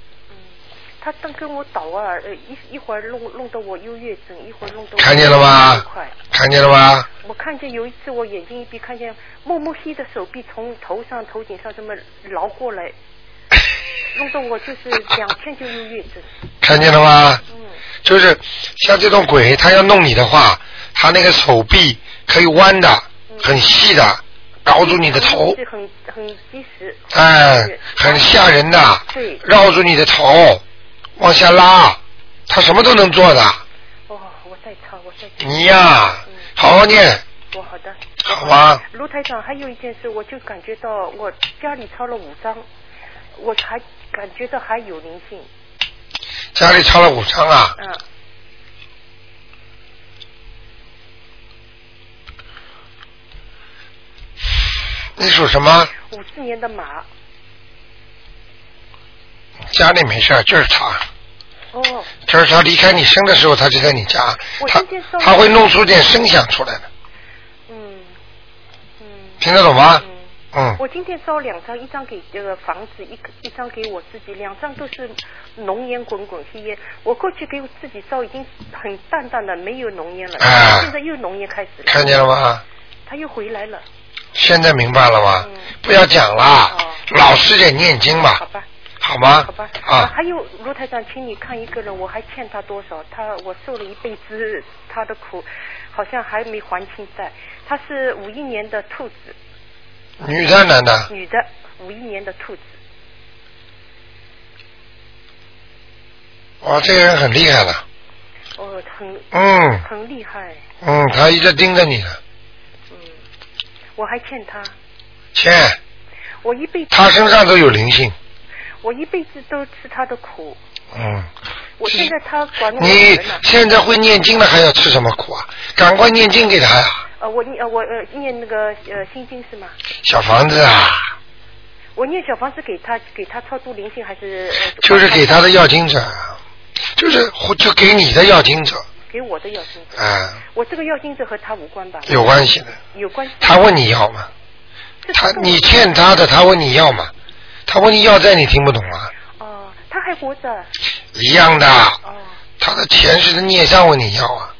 [SPEAKER 6] 他正跟我捣啊，呃，一一会儿弄弄得我忧郁症，一会儿弄得我
[SPEAKER 1] 看见了吧
[SPEAKER 6] 不快
[SPEAKER 1] 看见了吧？
[SPEAKER 6] 我看见有一次，我眼睛一闭，看见莫莫西的手臂从头上、头顶上这么挠过来，弄得我就是两天就忧郁症。
[SPEAKER 1] 看见了吧？
[SPEAKER 6] 嗯，
[SPEAKER 1] 就是像这种鬼，他要弄你的话，他那个手臂可以弯的，很细的，绕住你的头
[SPEAKER 6] 嗯是，很很及时。
[SPEAKER 1] 哎
[SPEAKER 6] 是，
[SPEAKER 1] 很吓人的，
[SPEAKER 6] 对，
[SPEAKER 1] 绕住你的头，往下拉，他什么都能做的。
[SPEAKER 6] 哦，我再抄，我再
[SPEAKER 1] 哎
[SPEAKER 6] 抄。
[SPEAKER 1] 你呀、好好念，
[SPEAKER 6] 我好的。
[SPEAKER 1] 好吗？
[SPEAKER 6] 卢台长，还有一件事，我就感觉到我家里抄了五张，我还感觉到还有灵性。
[SPEAKER 1] 家里抄了五张啊，
[SPEAKER 6] 嗯，
[SPEAKER 1] 你属什么？
[SPEAKER 6] 五四年的马。
[SPEAKER 1] 家里没事儿，就是他，
[SPEAKER 6] 哦，
[SPEAKER 1] 就是他离开你生的时候，他就在你家，
[SPEAKER 6] 我
[SPEAKER 1] 他
[SPEAKER 6] 今天稍微
[SPEAKER 1] 他会弄出点声响出来的，
[SPEAKER 6] 嗯，嗯。
[SPEAKER 1] 听得懂吗？
[SPEAKER 6] 嗯。
[SPEAKER 1] 嗯，
[SPEAKER 6] 我今天烧两张，一张给这个房子，一个一张给我自己，两张都是浓烟滚滚黑烟。我过去给我自己烧已经很淡淡的，没有浓烟了。
[SPEAKER 1] 啊
[SPEAKER 6] 现在又浓烟开始了，
[SPEAKER 1] 看见了吗？
[SPEAKER 6] 他又回来了。
[SPEAKER 1] 现在明白了吗
[SPEAKER 6] 嗯？
[SPEAKER 1] 不要讲了
[SPEAKER 6] 哦，
[SPEAKER 1] 老实点念经吧，
[SPEAKER 6] 好吧，
[SPEAKER 1] 好吗
[SPEAKER 6] 好吧。？
[SPEAKER 1] 啊，
[SPEAKER 6] 还有卢台长，请你看一个人，我还欠他多少？他我受了一辈子他的苦，好像还没还清债。他是五一年的兔子，
[SPEAKER 1] 女的男的，
[SPEAKER 6] 女的，五一年的兔子。
[SPEAKER 1] 哇，这个人很厉害了，
[SPEAKER 6] 哦，很
[SPEAKER 1] 嗯
[SPEAKER 6] 很厉害。
[SPEAKER 1] 嗯，他一直盯着你呢，
[SPEAKER 6] 嗯，我还欠他，
[SPEAKER 1] 欠
[SPEAKER 6] 我一辈子
[SPEAKER 1] 他身上都有灵性，
[SPEAKER 6] 我一辈子都吃他的苦，
[SPEAKER 1] 嗯，
[SPEAKER 6] 我现在他管我
[SPEAKER 1] 你
[SPEAKER 6] 人了。
[SPEAKER 1] 现在会念经了，还要吃什么苦啊？赶快念经给他呀，
[SPEAKER 6] 呃，我念呃我呃念那个呃心经是吗？
[SPEAKER 1] 小房子啊，
[SPEAKER 6] 我念小房子给他给他超度灵性还是？呃
[SPEAKER 1] 就是给他的要经者，啊就是就给你的要经者，
[SPEAKER 6] 给我的要经者。
[SPEAKER 1] 啊，
[SPEAKER 6] 我这个要经者和他无关吧？
[SPEAKER 1] 有关系的，
[SPEAKER 6] 有关系。
[SPEAKER 1] 他问你要吗？
[SPEAKER 6] 这
[SPEAKER 1] 他
[SPEAKER 6] 是跟我
[SPEAKER 1] 你欠他的，他问你要嘛？他问你要债，你听不懂啊？
[SPEAKER 6] 哦，他还活着。
[SPEAKER 1] 一样的，
[SPEAKER 6] 哦
[SPEAKER 1] 他的前世的孽障问你要啊，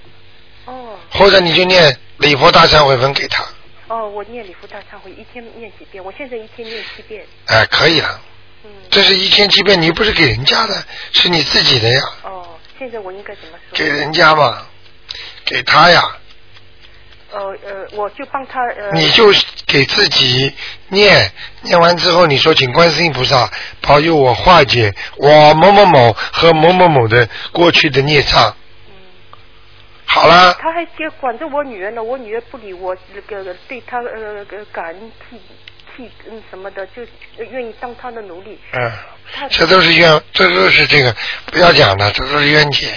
[SPEAKER 6] 哦
[SPEAKER 1] 或者你就念礼佛大忏悔文给他，
[SPEAKER 6] 哦，我念礼佛大忏悔，一天念几遍？我现在一天念七遍。
[SPEAKER 1] 哎，可以了。
[SPEAKER 6] 嗯。
[SPEAKER 1] 这是一千七遍，你又不是给人家的，是你自己的呀，
[SPEAKER 6] 哦，现在我应该怎么说？
[SPEAKER 1] 给人家嘛，给他呀，
[SPEAKER 6] 呃呃，我就帮他呃。
[SPEAKER 1] 你就给自己念，念完之后你说请观世音菩萨保佑我化解我某某某和某某某的过去的孽障。
[SPEAKER 6] 嗯
[SPEAKER 1] 好了。
[SPEAKER 6] 他还就管着我女儿呢，我女儿不理我，那个对他呃感恩涕涕嗯什么的，就愿意当他的奴隶。
[SPEAKER 1] 嗯，这都是冤，这都是这个不要讲的，这都是冤结。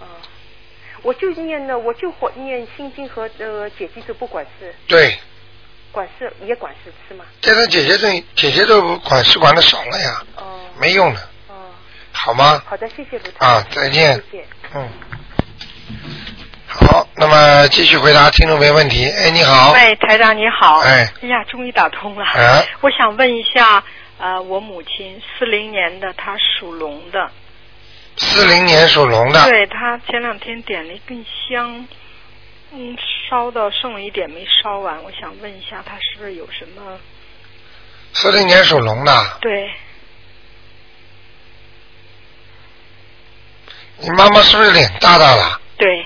[SPEAKER 6] 啊，我就念呢，我就火念心经和呃姐姐咒，不管事，
[SPEAKER 1] 对，
[SPEAKER 6] 管事也管事是吗？
[SPEAKER 1] 但是姐姐这姐姐都管事管的少了呀，
[SPEAKER 6] 哦
[SPEAKER 1] 没用的，
[SPEAKER 6] 哦，
[SPEAKER 1] 好吗？
[SPEAKER 6] 好的，谢谢卢太
[SPEAKER 1] 啊，再见
[SPEAKER 6] 谢。谢。
[SPEAKER 1] 嗯。好，那么继续回答听众没问题。哎，你好。
[SPEAKER 7] 喂，台长你好。
[SPEAKER 1] 哎。
[SPEAKER 7] 呀，终于打通了。
[SPEAKER 1] 啊
[SPEAKER 7] 我想问一下，呃，我母亲四零年的，她属龙的，
[SPEAKER 1] 四零年属龙的，
[SPEAKER 7] 对她前两天点了一根香，嗯，烧到剩了一点没烧完，我想问一下她是不是有什么？
[SPEAKER 1] 四零年属龙的，
[SPEAKER 7] 对，
[SPEAKER 1] 你妈妈是不是脸大大的？
[SPEAKER 7] 对，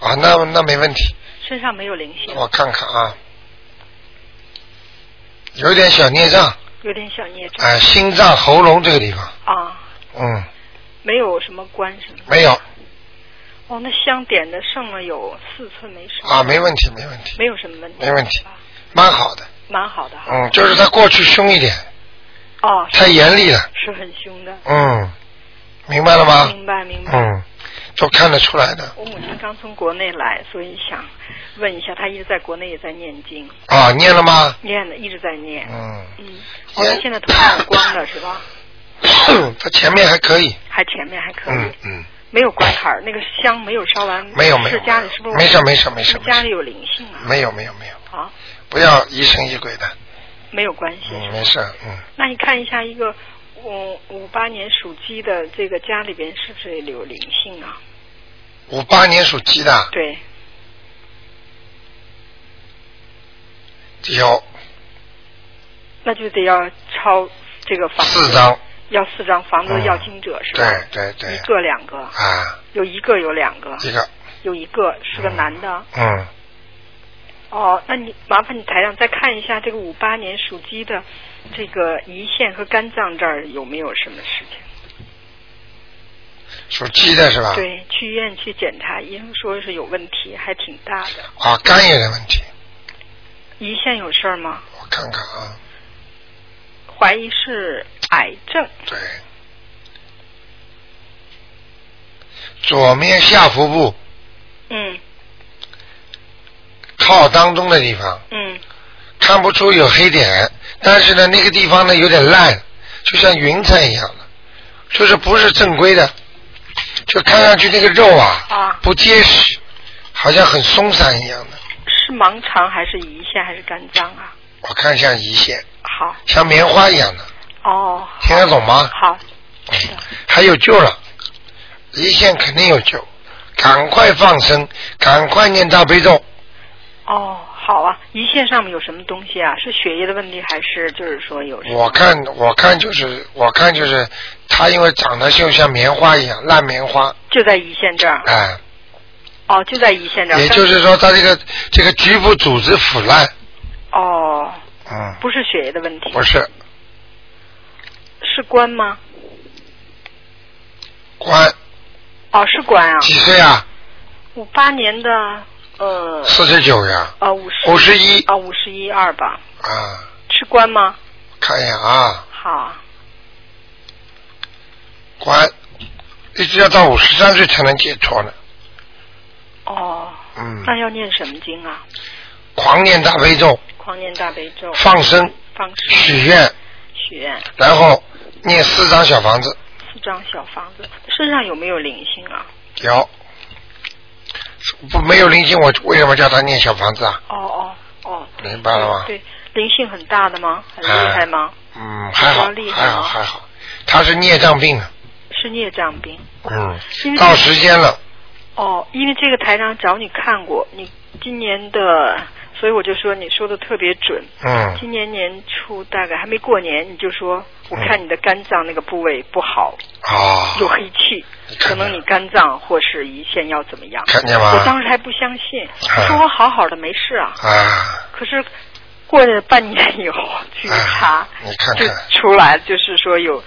[SPEAKER 1] 啊，那那没问题，
[SPEAKER 7] 身上没有灵性，
[SPEAKER 1] 我看看啊，有点小孽障，
[SPEAKER 7] 有点小孽障、
[SPEAKER 1] 哎，心脏、喉咙这个地方，
[SPEAKER 7] 啊，
[SPEAKER 1] 嗯，
[SPEAKER 7] 没有什么关什么。
[SPEAKER 1] 没有
[SPEAKER 7] 哦，那香点的剩了有四寸没烧。
[SPEAKER 1] 啊，没问题，没问题，
[SPEAKER 7] 没有什么问题。
[SPEAKER 1] 没问题
[SPEAKER 7] 啊
[SPEAKER 1] 蛮好的。
[SPEAKER 7] 蛮好的哈。
[SPEAKER 1] 嗯，就是他过去凶一点，
[SPEAKER 7] 哦，
[SPEAKER 1] 太严厉了。
[SPEAKER 7] 是很凶的。
[SPEAKER 1] 嗯，明白了吗？
[SPEAKER 7] 明白明白。
[SPEAKER 1] 嗯，都看得出来的
[SPEAKER 7] 我母亲刚从国内来，所以想问一下，她一直在国内也在念经，
[SPEAKER 1] 啊，念了吗？
[SPEAKER 7] 念的一直在念。
[SPEAKER 1] 嗯，
[SPEAKER 7] 嗯，好
[SPEAKER 1] 念
[SPEAKER 7] 像现在头发有光了是吧？
[SPEAKER 1] 它前面还可以，
[SPEAKER 7] 还前面还可以，
[SPEAKER 1] 嗯嗯，
[SPEAKER 7] 没有关坎儿，那个香没有烧完，
[SPEAKER 1] 没有没有
[SPEAKER 7] 是家里是不是
[SPEAKER 1] 没事没事没事嗯
[SPEAKER 7] 是家里有灵性啊？
[SPEAKER 1] 没有没有没有，
[SPEAKER 7] 啊，
[SPEAKER 1] 不要疑神疑鬼的，
[SPEAKER 7] 没有关系。
[SPEAKER 1] 嗯，没事，嗯，
[SPEAKER 7] 那你看一下一个五五八年属鸡的这个家里边是不是有灵性啊？
[SPEAKER 1] 五八年属鸡的
[SPEAKER 7] 对，
[SPEAKER 1] 有
[SPEAKER 7] 那就得要抄这个房子
[SPEAKER 1] 四，张，
[SPEAKER 7] 要四张房子的
[SPEAKER 1] 嗯
[SPEAKER 7] 要经者、是吧？
[SPEAKER 1] 对对对
[SPEAKER 7] 一，个两个，
[SPEAKER 1] 啊，
[SPEAKER 7] 有一个有两个，
[SPEAKER 1] 一个，
[SPEAKER 7] 有一个是个男的。
[SPEAKER 1] 嗯，
[SPEAKER 7] 哦，那你麻烦你台上再看一下这个五八年属鸡的这个胰腺和肝脏这儿有没有什么事情？
[SPEAKER 1] 属鸡的是吧？，
[SPEAKER 7] 对，去医院去检查，医生说是有问题，还挺大的。
[SPEAKER 1] 啊，肝也有问题，
[SPEAKER 7] 胰腺有事儿吗？
[SPEAKER 1] 我看看啊，
[SPEAKER 7] 怀疑是癌症。
[SPEAKER 1] 对，左面下腹部
[SPEAKER 7] 嗯
[SPEAKER 1] 靠当中的地方
[SPEAKER 7] 嗯
[SPEAKER 1] 看不出有黑点，但是呢，那个地方呢有点烂，就像云彩一样的，就是不是正规的，就看上去那个肉啊
[SPEAKER 7] 啊，
[SPEAKER 1] 不结实，好像很松散一样的。
[SPEAKER 7] 是盲肠还是胰腺还是肝脏啊？
[SPEAKER 1] 我看像胰腺，
[SPEAKER 7] 好
[SPEAKER 1] 像棉花一样的，
[SPEAKER 7] 哦，
[SPEAKER 1] 听得懂吗？
[SPEAKER 7] 好，
[SPEAKER 1] 还有救了，胰腺肯定有救，赶快放生，赶快念大悲咒。
[SPEAKER 7] 哦，好啊。胰腺上面有什么东西啊？是血液的问题，还是就是说有什么？
[SPEAKER 1] 我看，我看就是，我看就是，它因为长得就像棉花一样，烂棉花，
[SPEAKER 7] 就在胰腺这儿。
[SPEAKER 1] 哎、
[SPEAKER 7] 哦，就在胰腺这儿。
[SPEAKER 1] 也就是说，它这个这个局部组织腐烂，
[SPEAKER 7] 但哦，
[SPEAKER 1] 嗯，
[SPEAKER 7] 不是血液的问题，
[SPEAKER 1] 不是
[SPEAKER 7] 是关吗？
[SPEAKER 1] 关
[SPEAKER 7] 哦，是关啊。
[SPEAKER 1] 几岁啊？
[SPEAKER 7] 五八年的呃
[SPEAKER 1] 四十九呀，
[SPEAKER 7] 呃五十
[SPEAKER 1] 五十一
[SPEAKER 7] 啊五十一二吧，
[SPEAKER 1] 啊，
[SPEAKER 7] 是关吗？
[SPEAKER 1] 看一下啊，
[SPEAKER 7] 好，
[SPEAKER 1] 关，一直要到五十三岁才能解脱呢，
[SPEAKER 7] 哦，
[SPEAKER 1] 嗯，
[SPEAKER 7] 那要念什么经啊？
[SPEAKER 1] 狂念大悲咒，
[SPEAKER 7] 狂念大悲咒，
[SPEAKER 1] 放生，
[SPEAKER 7] 放生
[SPEAKER 1] 许愿，
[SPEAKER 7] 许愿，
[SPEAKER 1] 然后念四张小房子，
[SPEAKER 7] 四张小房子，身上有没有灵性啊？
[SPEAKER 1] 有，不没有灵性，我为什么叫他念小房子啊？
[SPEAKER 7] 哦哦哦，对
[SPEAKER 1] 明白了吗
[SPEAKER 7] 对，对灵性很大的吗？很厉害吗？
[SPEAKER 1] 嗯，还好
[SPEAKER 7] 比较厉，害哦
[SPEAKER 1] 还好，
[SPEAKER 7] 吗
[SPEAKER 1] 还好，他是孽障病啊，
[SPEAKER 7] 是孽障病。
[SPEAKER 1] 嗯
[SPEAKER 7] 因，为
[SPEAKER 1] 到时间了。
[SPEAKER 7] 哦，因为这个台长找你看过，你今年的，所以我就说你说的特别准。
[SPEAKER 1] 嗯，
[SPEAKER 7] 今年年初大概还没过年，你就说我看你的肝脏那个部位不好，
[SPEAKER 1] 啊，
[SPEAKER 7] 有黑气，
[SPEAKER 1] 你看
[SPEAKER 7] 可
[SPEAKER 1] 见
[SPEAKER 7] 能你肝脏或是胰腺要怎么样。
[SPEAKER 1] 看见吗？
[SPEAKER 7] 我当时还不相信，我说我好好的没事啊。
[SPEAKER 1] 啊，
[SPEAKER 7] 可是过了半年以后去一查
[SPEAKER 1] 啊，你看
[SPEAKER 7] 就
[SPEAKER 1] 看，
[SPEAKER 7] 出来就是说有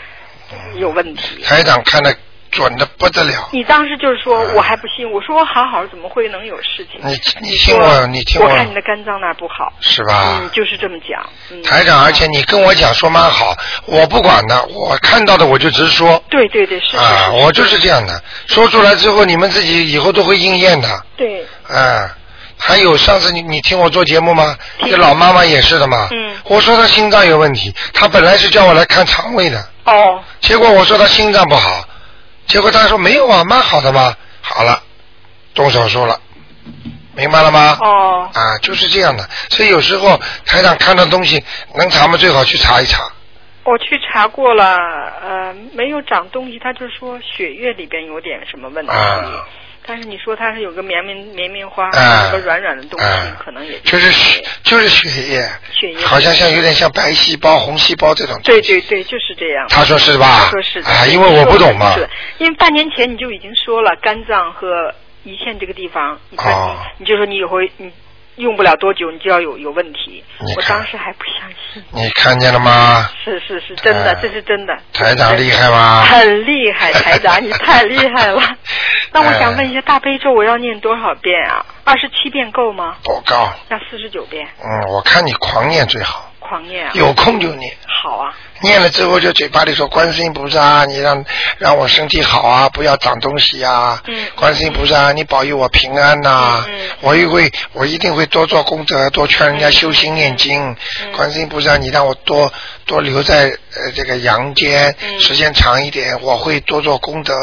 [SPEAKER 7] 有问题。
[SPEAKER 1] 台长看的准的不得了。
[SPEAKER 7] 你当时就是说
[SPEAKER 1] 啊
[SPEAKER 7] 我还不信，我说我好好的怎么会能有事情？
[SPEAKER 1] 你哎你听我，你听
[SPEAKER 7] 我，
[SPEAKER 1] 我，啊
[SPEAKER 7] 看你的肝脏那儿不好。
[SPEAKER 1] 是吧
[SPEAKER 7] 嗯，？就是这么讲。嗯、
[SPEAKER 1] 台长，而且你跟我讲说蛮好，我不管的，我看到的我就直说。
[SPEAKER 7] 对对对，是是
[SPEAKER 1] 啊，
[SPEAKER 7] 是
[SPEAKER 1] 我就是这样的，说出来之后你们自己以后都会应验的。
[SPEAKER 7] 对，
[SPEAKER 1] 啊，还有上次你你听我做节目吗？
[SPEAKER 7] 听
[SPEAKER 1] 这老妈妈也是的嘛。
[SPEAKER 7] 嗯
[SPEAKER 1] 我说她心脏有问题，她本来是叫我来看肠胃的，
[SPEAKER 7] 哦，
[SPEAKER 1] 结果我说她心脏不好，结果她说没有啊，蛮好的嘛。好了，动手术了，明白了吗？
[SPEAKER 7] 哦，
[SPEAKER 1] 啊，就是这样的。所以有时候台长看到东西，能查吗？最好去查一查。
[SPEAKER 7] 我去查过了，呃，没有长东西，他就说血液里边有点什么问题。
[SPEAKER 1] 啊
[SPEAKER 7] 但是你说它是有个绵绵绵绵花，
[SPEAKER 1] 啊
[SPEAKER 7] 有个软软的东西，
[SPEAKER 1] 啊
[SPEAKER 7] 可能也
[SPEAKER 1] 就是血，就是血液，
[SPEAKER 7] 血液
[SPEAKER 1] 好像像有点像白细胞、红细胞这种。
[SPEAKER 7] 对对对，就是这样。
[SPEAKER 1] 嗯他说是吧？
[SPEAKER 7] 说是的
[SPEAKER 1] 啊，因为我不懂嘛
[SPEAKER 7] 是。的，因为半年前你就已经说了肝脏和胰腺这个地方，你看你、
[SPEAKER 1] 哦
[SPEAKER 7] 你就说你以后你用不了多久你就要有有问题
[SPEAKER 1] 你看，
[SPEAKER 7] 我当时还不相信，
[SPEAKER 1] 你看见了吗？
[SPEAKER 7] 是是是真的，
[SPEAKER 1] 哎
[SPEAKER 7] 这是真的。
[SPEAKER 1] 台长厉害吗？。
[SPEAKER 7] 很厉害，台长，你太厉害了
[SPEAKER 1] 哎
[SPEAKER 7] 那我想问一下，大悲咒我要念多少遍啊？二十七遍够吗？
[SPEAKER 1] 我告，
[SPEAKER 7] 那四十九遍，
[SPEAKER 1] 嗯，我看你狂念最好，
[SPEAKER 7] 狂念啊。
[SPEAKER 1] 有空就念，
[SPEAKER 7] 好啊，
[SPEAKER 1] 念了之后就嘴巴里说观世音菩萨，你让让我身体好啊，不要长东西啊，
[SPEAKER 7] 嗯
[SPEAKER 1] 观世音菩萨，你保佑我平安呐、
[SPEAKER 7] 嗯
[SPEAKER 1] 我一会我一定会多做功德，多劝人家修心念经。
[SPEAKER 7] 嗯
[SPEAKER 1] 观世音菩萨，你让我多多留在呃这个阳间、
[SPEAKER 7] 嗯
[SPEAKER 1] 时间长一点，我会多做功德。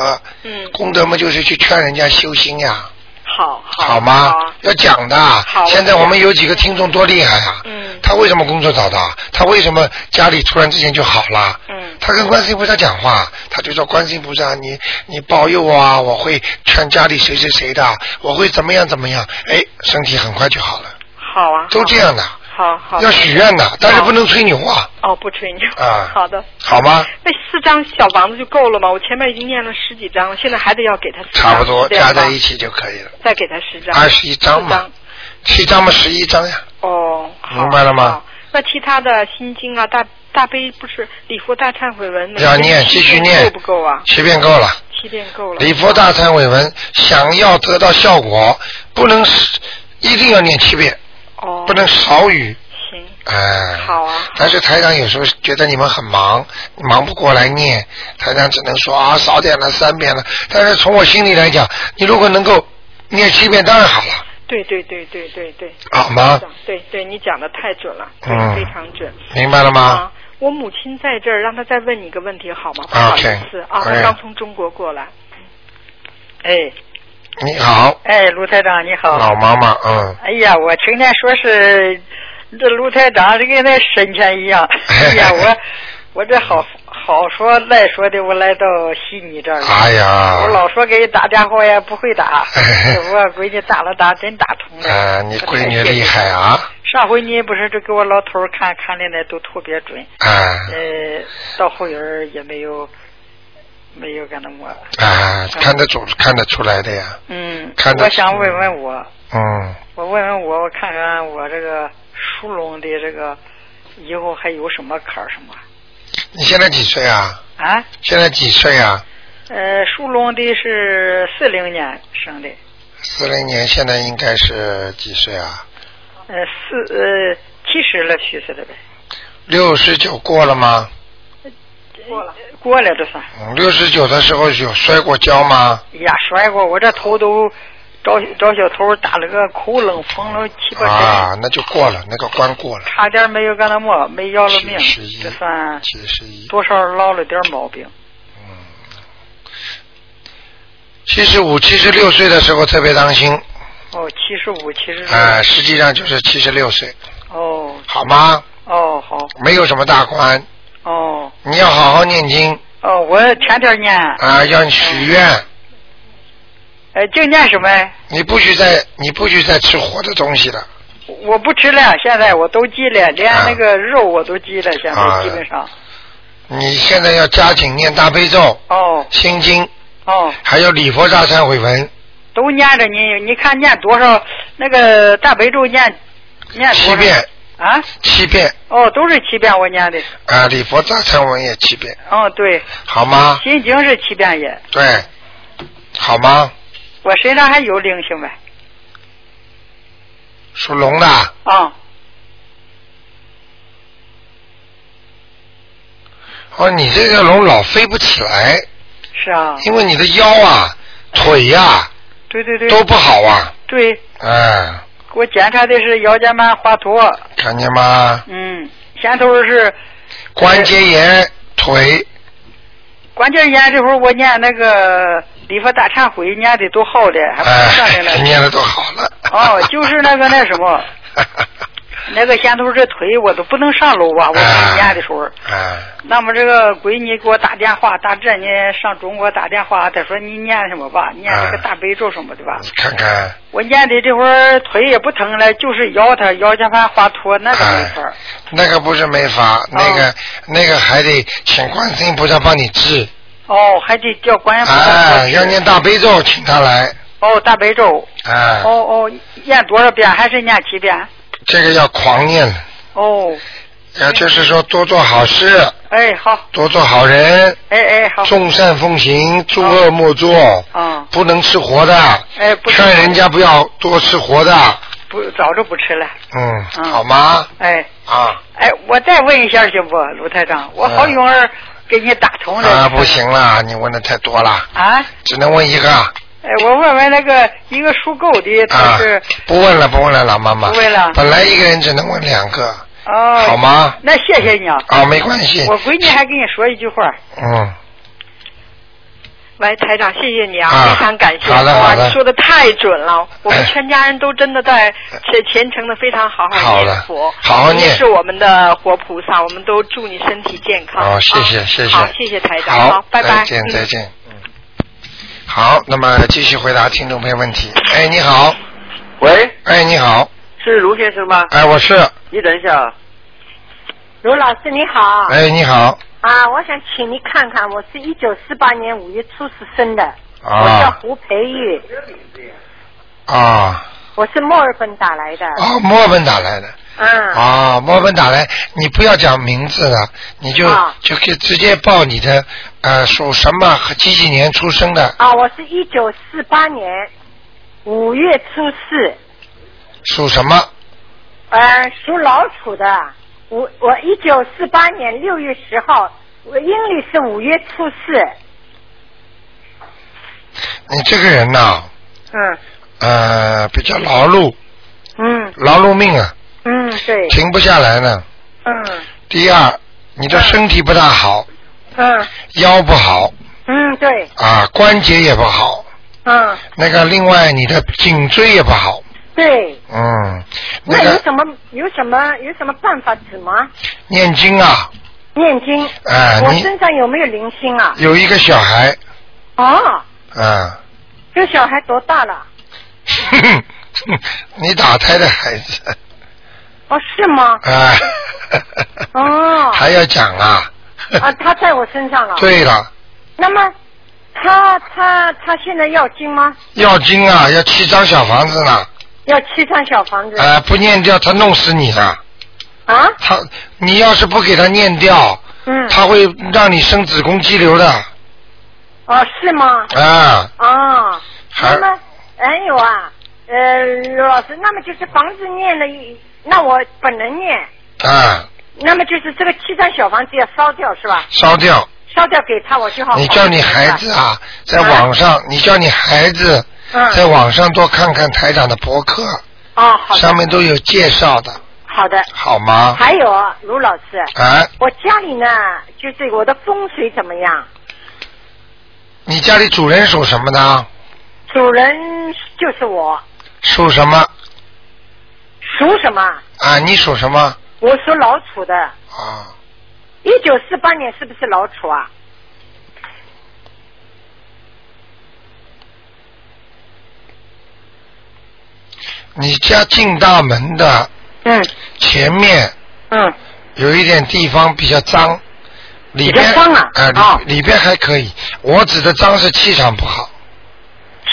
[SPEAKER 7] 嗯，
[SPEAKER 1] 功德嘛，就是去劝人家修心呀、
[SPEAKER 7] 好，
[SPEAKER 1] 好吗？
[SPEAKER 7] 好啊
[SPEAKER 1] 要讲的。
[SPEAKER 7] 啊
[SPEAKER 1] 现在我们有几个听众多厉害啊！
[SPEAKER 7] 嗯
[SPEAKER 1] 他为什么工作找到？他为什么家里突然之间就好了？
[SPEAKER 7] 嗯
[SPEAKER 1] 他跟观世音菩萨讲话，他就说：“观世音菩萨，你你保佑我啊！我会劝家里谁谁谁的，我会怎么样怎么样。”哎，身体很快就好了，
[SPEAKER 7] 好啊，
[SPEAKER 1] 都这样的，
[SPEAKER 7] 好，好好
[SPEAKER 1] 要许愿的，但是不能吹牛啊，
[SPEAKER 7] 哦，不吹牛
[SPEAKER 1] 啊
[SPEAKER 7] 好的，
[SPEAKER 1] 好吗？
[SPEAKER 7] 那四张小房子就够了吗？我前面已经念了十几张了，现在还得要给他四张
[SPEAKER 1] 差不多
[SPEAKER 7] 是这
[SPEAKER 1] 加
[SPEAKER 7] 样吗
[SPEAKER 1] 在一起就可以了，
[SPEAKER 7] 再给他十张，
[SPEAKER 1] 二十一张
[SPEAKER 7] 四
[SPEAKER 1] 嘛，七张嘛，十一张呀。
[SPEAKER 7] 哦，好
[SPEAKER 1] 明白了吗
[SPEAKER 7] 好那其他的心经啊，大大悲不是礼佛大忏悔文，每
[SPEAKER 1] 要
[SPEAKER 7] 天
[SPEAKER 1] 念，继
[SPEAKER 7] 七
[SPEAKER 1] 续
[SPEAKER 7] 遍
[SPEAKER 1] 念，
[SPEAKER 7] 够不够啊？
[SPEAKER 1] 七遍够了。
[SPEAKER 7] 七遍够了。
[SPEAKER 1] 礼佛大忏悔文，想要得到效果，不能是一定要念七遍，
[SPEAKER 7] 哦，
[SPEAKER 1] 不能少于，
[SPEAKER 7] 行，
[SPEAKER 1] 哎、
[SPEAKER 7] 好啊，
[SPEAKER 1] 但是台长有时候觉得你们很忙，忙不过来念，台长只能说啊少点了三遍了。但是从我心里来讲，你如果能够念七遍，当然好了，
[SPEAKER 7] 对对对对对对，
[SPEAKER 1] 好吗？
[SPEAKER 7] 对对，你讲的太准了，对
[SPEAKER 1] 嗯
[SPEAKER 7] 非常准。
[SPEAKER 1] 明白了吗？
[SPEAKER 7] 啊，我母亲在这儿，让她再问你一个问题好吗？
[SPEAKER 1] OK，
[SPEAKER 7] 不好意思啊，
[SPEAKER 1] 哎
[SPEAKER 7] 她刚从中国过来。
[SPEAKER 8] 哎
[SPEAKER 1] 你好，
[SPEAKER 8] 哎，卢台长你
[SPEAKER 7] 哦
[SPEAKER 8] 好。
[SPEAKER 1] 老妈妈，嗯，
[SPEAKER 8] 哎呀，我听见说是这卢台长这跟那神仙 一样。哎呀，我我这好好说赖说的，我来到悉尼这儿了。
[SPEAKER 1] 哎呀，。
[SPEAKER 8] 我老说给你打电话呀，不会打我闺女打了打，真打通
[SPEAKER 7] 嗯
[SPEAKER 8] 了。
[SPEAKER 1] 啊，你闺女厉害！啊，
[SPEAKER 8] 上回你不是就给我老头儿看看的那都特别准，
[SPEAKER 1] 啊
[SPEAKER 8] 呃，到后人儿也没有没有跟他摸。
[SPEAKER 1] 啊，看得出看得出来的呀，
[SPEAKER 8] 嗯，
[SPEAKER 1] 看得
[SPEAKER 8] 我
[SPEAKER 1] 出
[SPEAKER 8] 想问问我，
[SPEAKER 1] 嗯。
[SPEAKER 8] 我问问我，我看看我这个属龙的这个以后还有什么坎儿什么
[SPEAKER 1] 你现在几岁啊？
[SPEAKER 8] 啊？
[SPEAKER 1] 现在几岁啊？
[SPEAKER 8] 呃，属龙的是四零年生的，
[SPEAKER 1] 四零年，现在应该是几岁啊？
[SPEAKER 8] 呃，四呃七十了，虚岁了呗，
[SPEAKER 1] 六十九过了吗？
[SPEAKER 8] 过了，过了这算。
[SPEAKER 1] 嗯，六十九的时候有摔过跤吗？
[SPEAKER 8] 哎呀，摔过，我这头都找找小偷打了个口冷，缝了七八针，
[SPEAKER 1] 啊，那就过了，那个关过了。
[SPEAKER 8] 差点没有跟他没没要了命
[SPEAKER 1] 七十一，
[SPEAKER 8] 这算
[SPEAKER 1] 七十一，
[SPEAKER 8] 多少落了点毛病。
[SPEAKER 1] 七十五、七十六岁的时候特别当心，
[SPEAKER 8] 哦，七十五，七十六，
[SPEAKER 1] 啊，实际上就是七十六岁，
[SPEAKER 8] 哦
[SPEAKER 1] 好吗？
[SPEAKER 8] 哦好，
[SPEAKER 1] 没有什么大关，
[SPEAKER 8] 哦
[SPEAKER 1] 你要好好念经
[SPEAKER 8] 哦，我前天念，
[SPEAKER 1] 啊，要许愿，
[SPEAKER 8] 呃，就念什么？
[SPEAKER 1] 你不许再你不许再吃活的东西了。
[SPEAKER 8] 我不吃了，现在我都忌了，连
[SPEAKER 1] 啊
[SPEAKER 8] 那个肉我都忌了，现
[SPEAKER 1] 啊
[SPEAKER 8] 在基本上。
[SPEAKER 1] 你现在要加紧念大悲咒、
[SPEAKER 8] 哦
[SPEAKER 1] 心经，
[SPEAKER 8] 哦，
[SPEAKER 1] 还有礼佛大忏悔文，
[SPEAKER 8] 都念着你，你看念多少？那个大悲咒念念多
[SPEAKER 1] 七
[SPEAKER 8] 少？
[SPEAKER 1] 遍，
[SPEAKER 8] 啊？
[SPEAKER 1] 七遍
[SPEAKER 8] 哦，都是七遍我念的。
[SPEAKER 1] 啊，礼佛大忏悔文也七遍，
[SPEAKER 8] 哦，对，
[SPEAKER 1] 好吗？
[SPEAKER 8] 心经是七遍也。
[SPEAKER 1] 对，好吗？
[SPEAKER 8] 我身上还有灵性呗？
[SPEAKER 1] 属龙的，
[SPEAKER 8] 啊、
[SPEAKER 1] 哦，你这个龙老飞不起来，
[SPEAKER 8] 是啊，
[SPEAKER 1] 因为你的腰啊、腿呀、
[SPEAKER 8] 对对对，
[SPEAKER 1] 都不好啊，
[SPEAKER 8] 对，
[SPEAKER 1] 哎，
[SPEAKER 8] 给我检查的是腰间盘滑脱，
[SPEAKER 1] 看见吗？
[SPEAKER 8] 嗯，先头是
[SPEAKER 1] 关节炎、腿，
[SPEAKER 8] 关键研这会儿我念那个礼佛大忏悔念的都好了，还不算的
[SPEAKER 1] 哎，
[SPEAKER 8] 了。
[SPEAKER 1] 念的都好了。
[SPEAKER 8] 哦就是那个那 什么。那个先头这腿我都不能上楼啊，我
[SPEAKER 1] 哎
[SPEAKER 8] 去念的时候。
[SPEAKER 1] 哎，
[SPEAKER 8] 那么这个闺女给我打电话，打这呢上中国打电话，她说你念什么吧，念这个
[SPEAKER 1] 哎
[SPEAKER 8] 大悲咒什么的吧。
[SPEAKER 1] 你看看。
[SPEAKER 8] 我念的这会儿腿也不疼了，就是腰它腰间盘滑脱那个没法
[SPEAKER 1] 哎
[SPEAKER 8] 儿。
[SPEAKER 1] 那个不是没法，那个、那个还得请观世音菩萨帮你治。
[SPEAKER 8] 哦，还得叫观音菩萨
[SPEAKER 1] 哎，
[SPEAKER 8] 过去。
[SPEAKER 1] 要念大悲咒，请他来。
[SPEAKER 8] 哦，大悲咒。
[SPEAKER 1] 哎，
[SPEAKER 8] 哦哦，念多少遍？还是念七遍？
[SPEAKER 1] 这个要狂念了。
[SPEAKER 8] 哦，
[SPEAKER 1] 要呃就是说多做好事，
[SPEAKER 8] 哎，好，
[SPEAKER 1] 多做好人，
[SPEAKER 8] 哎哎好，
[SPEAKER 1] 众善奉行，诸恶莫作，
[SPEAKER 8] 嗯，
[SPEAKER 1] 不能吃活的，
[SPEAKER 8] 哎不吃
[SPEAKER 1] 劝人家不要多吃活的，
[SPEAKER 8] 不早就不吃了，
[SPEAKER 1] 嗯，
[SPEAKER 8] 嗯
[SPEAKER 1] 好吗？
[SPEAKER 8] 哎
[SPEAKER 1] 啊嗯
[SPEAKER 8] 哎，我再问一下行不，卢台长，我好容易给你打通了
[SPEAKER 1] 啊，不行了，你问的太多了，
[SPEAKER 8] 啊，
[SPEAKER 1] 只能问一个
[SPEAKER 8] 哎，我问问那个一个属狗的，他
[SPEAKER 1] 啊
[SPEAKER 8] 是、，
[SPEAKER 1] 不问了，不问了，老妈妈，
[SPEAKER 8] 不问了
[SPEAKER 1] 本来一个人只能问两个，
[SPEAKER 8] 哦，
[SPEAKER 1] 好吗？
[SPEAKER 8] 那谢谢你啊，
[SPEAKER 1] 啊，没关系，
[SPEAKER 8] 我闺女还跟你说一句话，
[SPEAKER 1] 嗯，
[SPEAKER 7] 喂，台长，谢谢你啊，
[SPEAKER 1] 啊
[SPEAKER 7] 非常感谢，
[SPEAKER 1] 好的
[SPEAKER 7] 哇，
[SPEAKER 1] 好的
[SPEAKER 7] 你说的太准了，我
[SPEAKER 1] 哎
[SPEAKER 7] 们全家人都真的在虔虔诚的非常好
[SPEAKER 1] 好
[SPEAKER 7] 好念
[SPEAKER 1] 的
[SPEAKER 7] 佛，
[SPEAKER 1] 好好
[SPEAKER 7] 您
[SPEAKER 1] 念
[SPEAKER 7] 是我们的活菩萨，我们都祝你身体健康。
[SPEAKER 1] 好，哦谢谢
[SPEAKER 7] 啊
[SPEAKER 1] 谢谢，
[SPEAKER 7] 好，谢谢台长，
[SPEAKER 1] 好
[SPEAKER 7] 好，，拜拜，
[SPEAKER 1] 再见
[SPEAKER 7] 嗯
[SPEAKER 1] 再见，嗯，好，那么继续回答听众朋友问题，哎，你好，
[SPEAKER 9] 喂，
[SPEAKER 1] 哎，你好，
[SPEAKER 9] 是卢先生吗？
[SPEAKER 1] 哎，我是，
[SPEAKER 9] 你等一下啊，
[SPEAKER 10] 卢老师你好。
[SPEAKER 1] 哎，你好，
[SPEAKER 10] 啊，我想请你看看，我是一九四八年五月初十生的，我叫
[SPEAKER 1] 啊
[SPEAKER 10] 胡培玉，
[SPEAKER 1] 啊。
[SPEAKER 10] 我是墨尔本打来的。
[SPEAKER 1] 哦，墨尔本打来的。
[SPEAKER 10] 嗯。
[SPEAKER 1] 啊，墨尔本打来，你不要讲名字了，你就、
[SPEAKER 10] 啊
[SPEAKER 1] 就可以直接报你的呃属什么和几几年出生的，
[SPEAKER 10] 啊，我是一九四八年五月初四，
[SPEAKER 1] 属什么
[SPEAKER 10] 呃，属老鼠的。我我一九四八年六月十号，我阴历是五月初四。
[SPEAKER 1] 你这个人呐、
[SPEAKER 10] 嗯
[SPEAKER 1] 呃，比较劳碌，
[SPEAKER 10] 嗯
[SPEAKER 1] 劳碌命啊，
[SPEAKER 10] 嗯，对，
[SPEAKER 1] 停不下来呢。
[SPEAKER 10] 嗯
[SPEAKER 1] 第二，你
[SPEAKER 10] 啊
[SPEAKER 1] 的身体不大好，
[SPEAKER 10] 嗯
[SPEAKER 1] 腰不好
[SPEAKER 10] 嗯，对，
[SPEAKER 1] 啊，关节也不好，
[SPEAKER 10] 嗯
[SPEAKER 1] 那个另外你的颈椎也不好，
[SPEAKER 10] 对。
[SPEAKER 1] 嗯，那
[SPEAKER 10] 那有
[SPEAKER 1] 个
[SPEAKER 10] 什么有什么有什么办法止吗？
[SPEAKER 1] 念经啊，
[SPEAKER 10] 念经。
[SPEAKER 1] 哎
[SPEAKER 10] 我
[SPEAKER 1] 你
[SPEAKER 10] 身上有没有灵性啊？
[SPEAKER 1] 有一个小孩，
[SPEAKER 10] 哦，
[SPEAKER 1] 啊。
[SPEAKER 10] 这小孩多大了？
[SPEAKER 1] 你打胎的孩子
[SPEAKER 10] 哦，是吗？
[SPEAKER 1] 啊，，
[SPEAKER 10] 哦
[SPEAKER 1] 还要讲啊？
[SPEAKER 10] 啊，他在我身上了。。
[SPEAKER 1] 对了，
[SPEAKER 10] 那么，他他他现在要经吗？
[SPEAKER 1] 要经啊，要七张小房子呢，
[SPEAKER 10] 要七张小房子。
[SPEAKER 1] 啊，不念掉他弄死你了。
[SPEAKER 10] 啊？
[SPEAKER 1] 他，你要是不给他念掉，
[SPEAKER 10] 嗯。
[SPEAKER 1] 他会让你生子宫肌瘤的
[SPEAKER 10] 哦，是吗？
[SPEAKER 1] 啊。
[SPEAKER 10] 哦。
[SPEAKER 1] 还
[SPEAKER 10] 那么，还有啊，呃，刘老师，那么就是房子念了一，那我本人念，
[SPEAKER 1] 啊，
[SPEAKER 10] 那么就是这个七张小房子要烧掉是吧？
[SPEAKER 1] 烧掉。
[SPEAKER 10] 烧掉给他，我就好。
[SPEAKER 1] 你叫你孩子。啊，在网上，你叫你孩子
[SPEAKER 10] 嗯。
[SPEAKER 1] 在网上多看看台长的博客，
[SPEAKER 10] 哦，好的。
[SPEAKER 1] 上面都有介绍的，
[SPEAKER 10] 好的。
[SPEAKER 1] 好吗？
[SPEAKER 10] 还有啊卢老师，
[SPEAKER 1] 啊，
[SPEAKER 10] 我家里呢，就是我的风水怎么样？
[SPEAKER 1] 你家里主人属什么呢？
[SPEAKER 10] 主人就是我，
[SPEAKER 1] 属什么？
[SPEAKER 10] 属什么？
[SPEAKER 1] 啊，你属什么？
[SPEAKER 10] 我属老鼠的，
[SPEAKER 1] 啊，
[SPEAKER 10] 一九四八年是不是老鼠啊？
[SPEAKER 1] 你家进大门的
[SPEAKER 10] 嗯
[SPEAKER 1] 前面
[SPEAKER 10] 嗯，
[SPEAKER 1] 有一点地方比较脏，里边
[SPEAKER 10] 比较脏啊
[SPEAKER 1] 里、
[SPEAKER 10] 哦
[SPEAKER 1] 里边还可以。我指的脏是气场不好，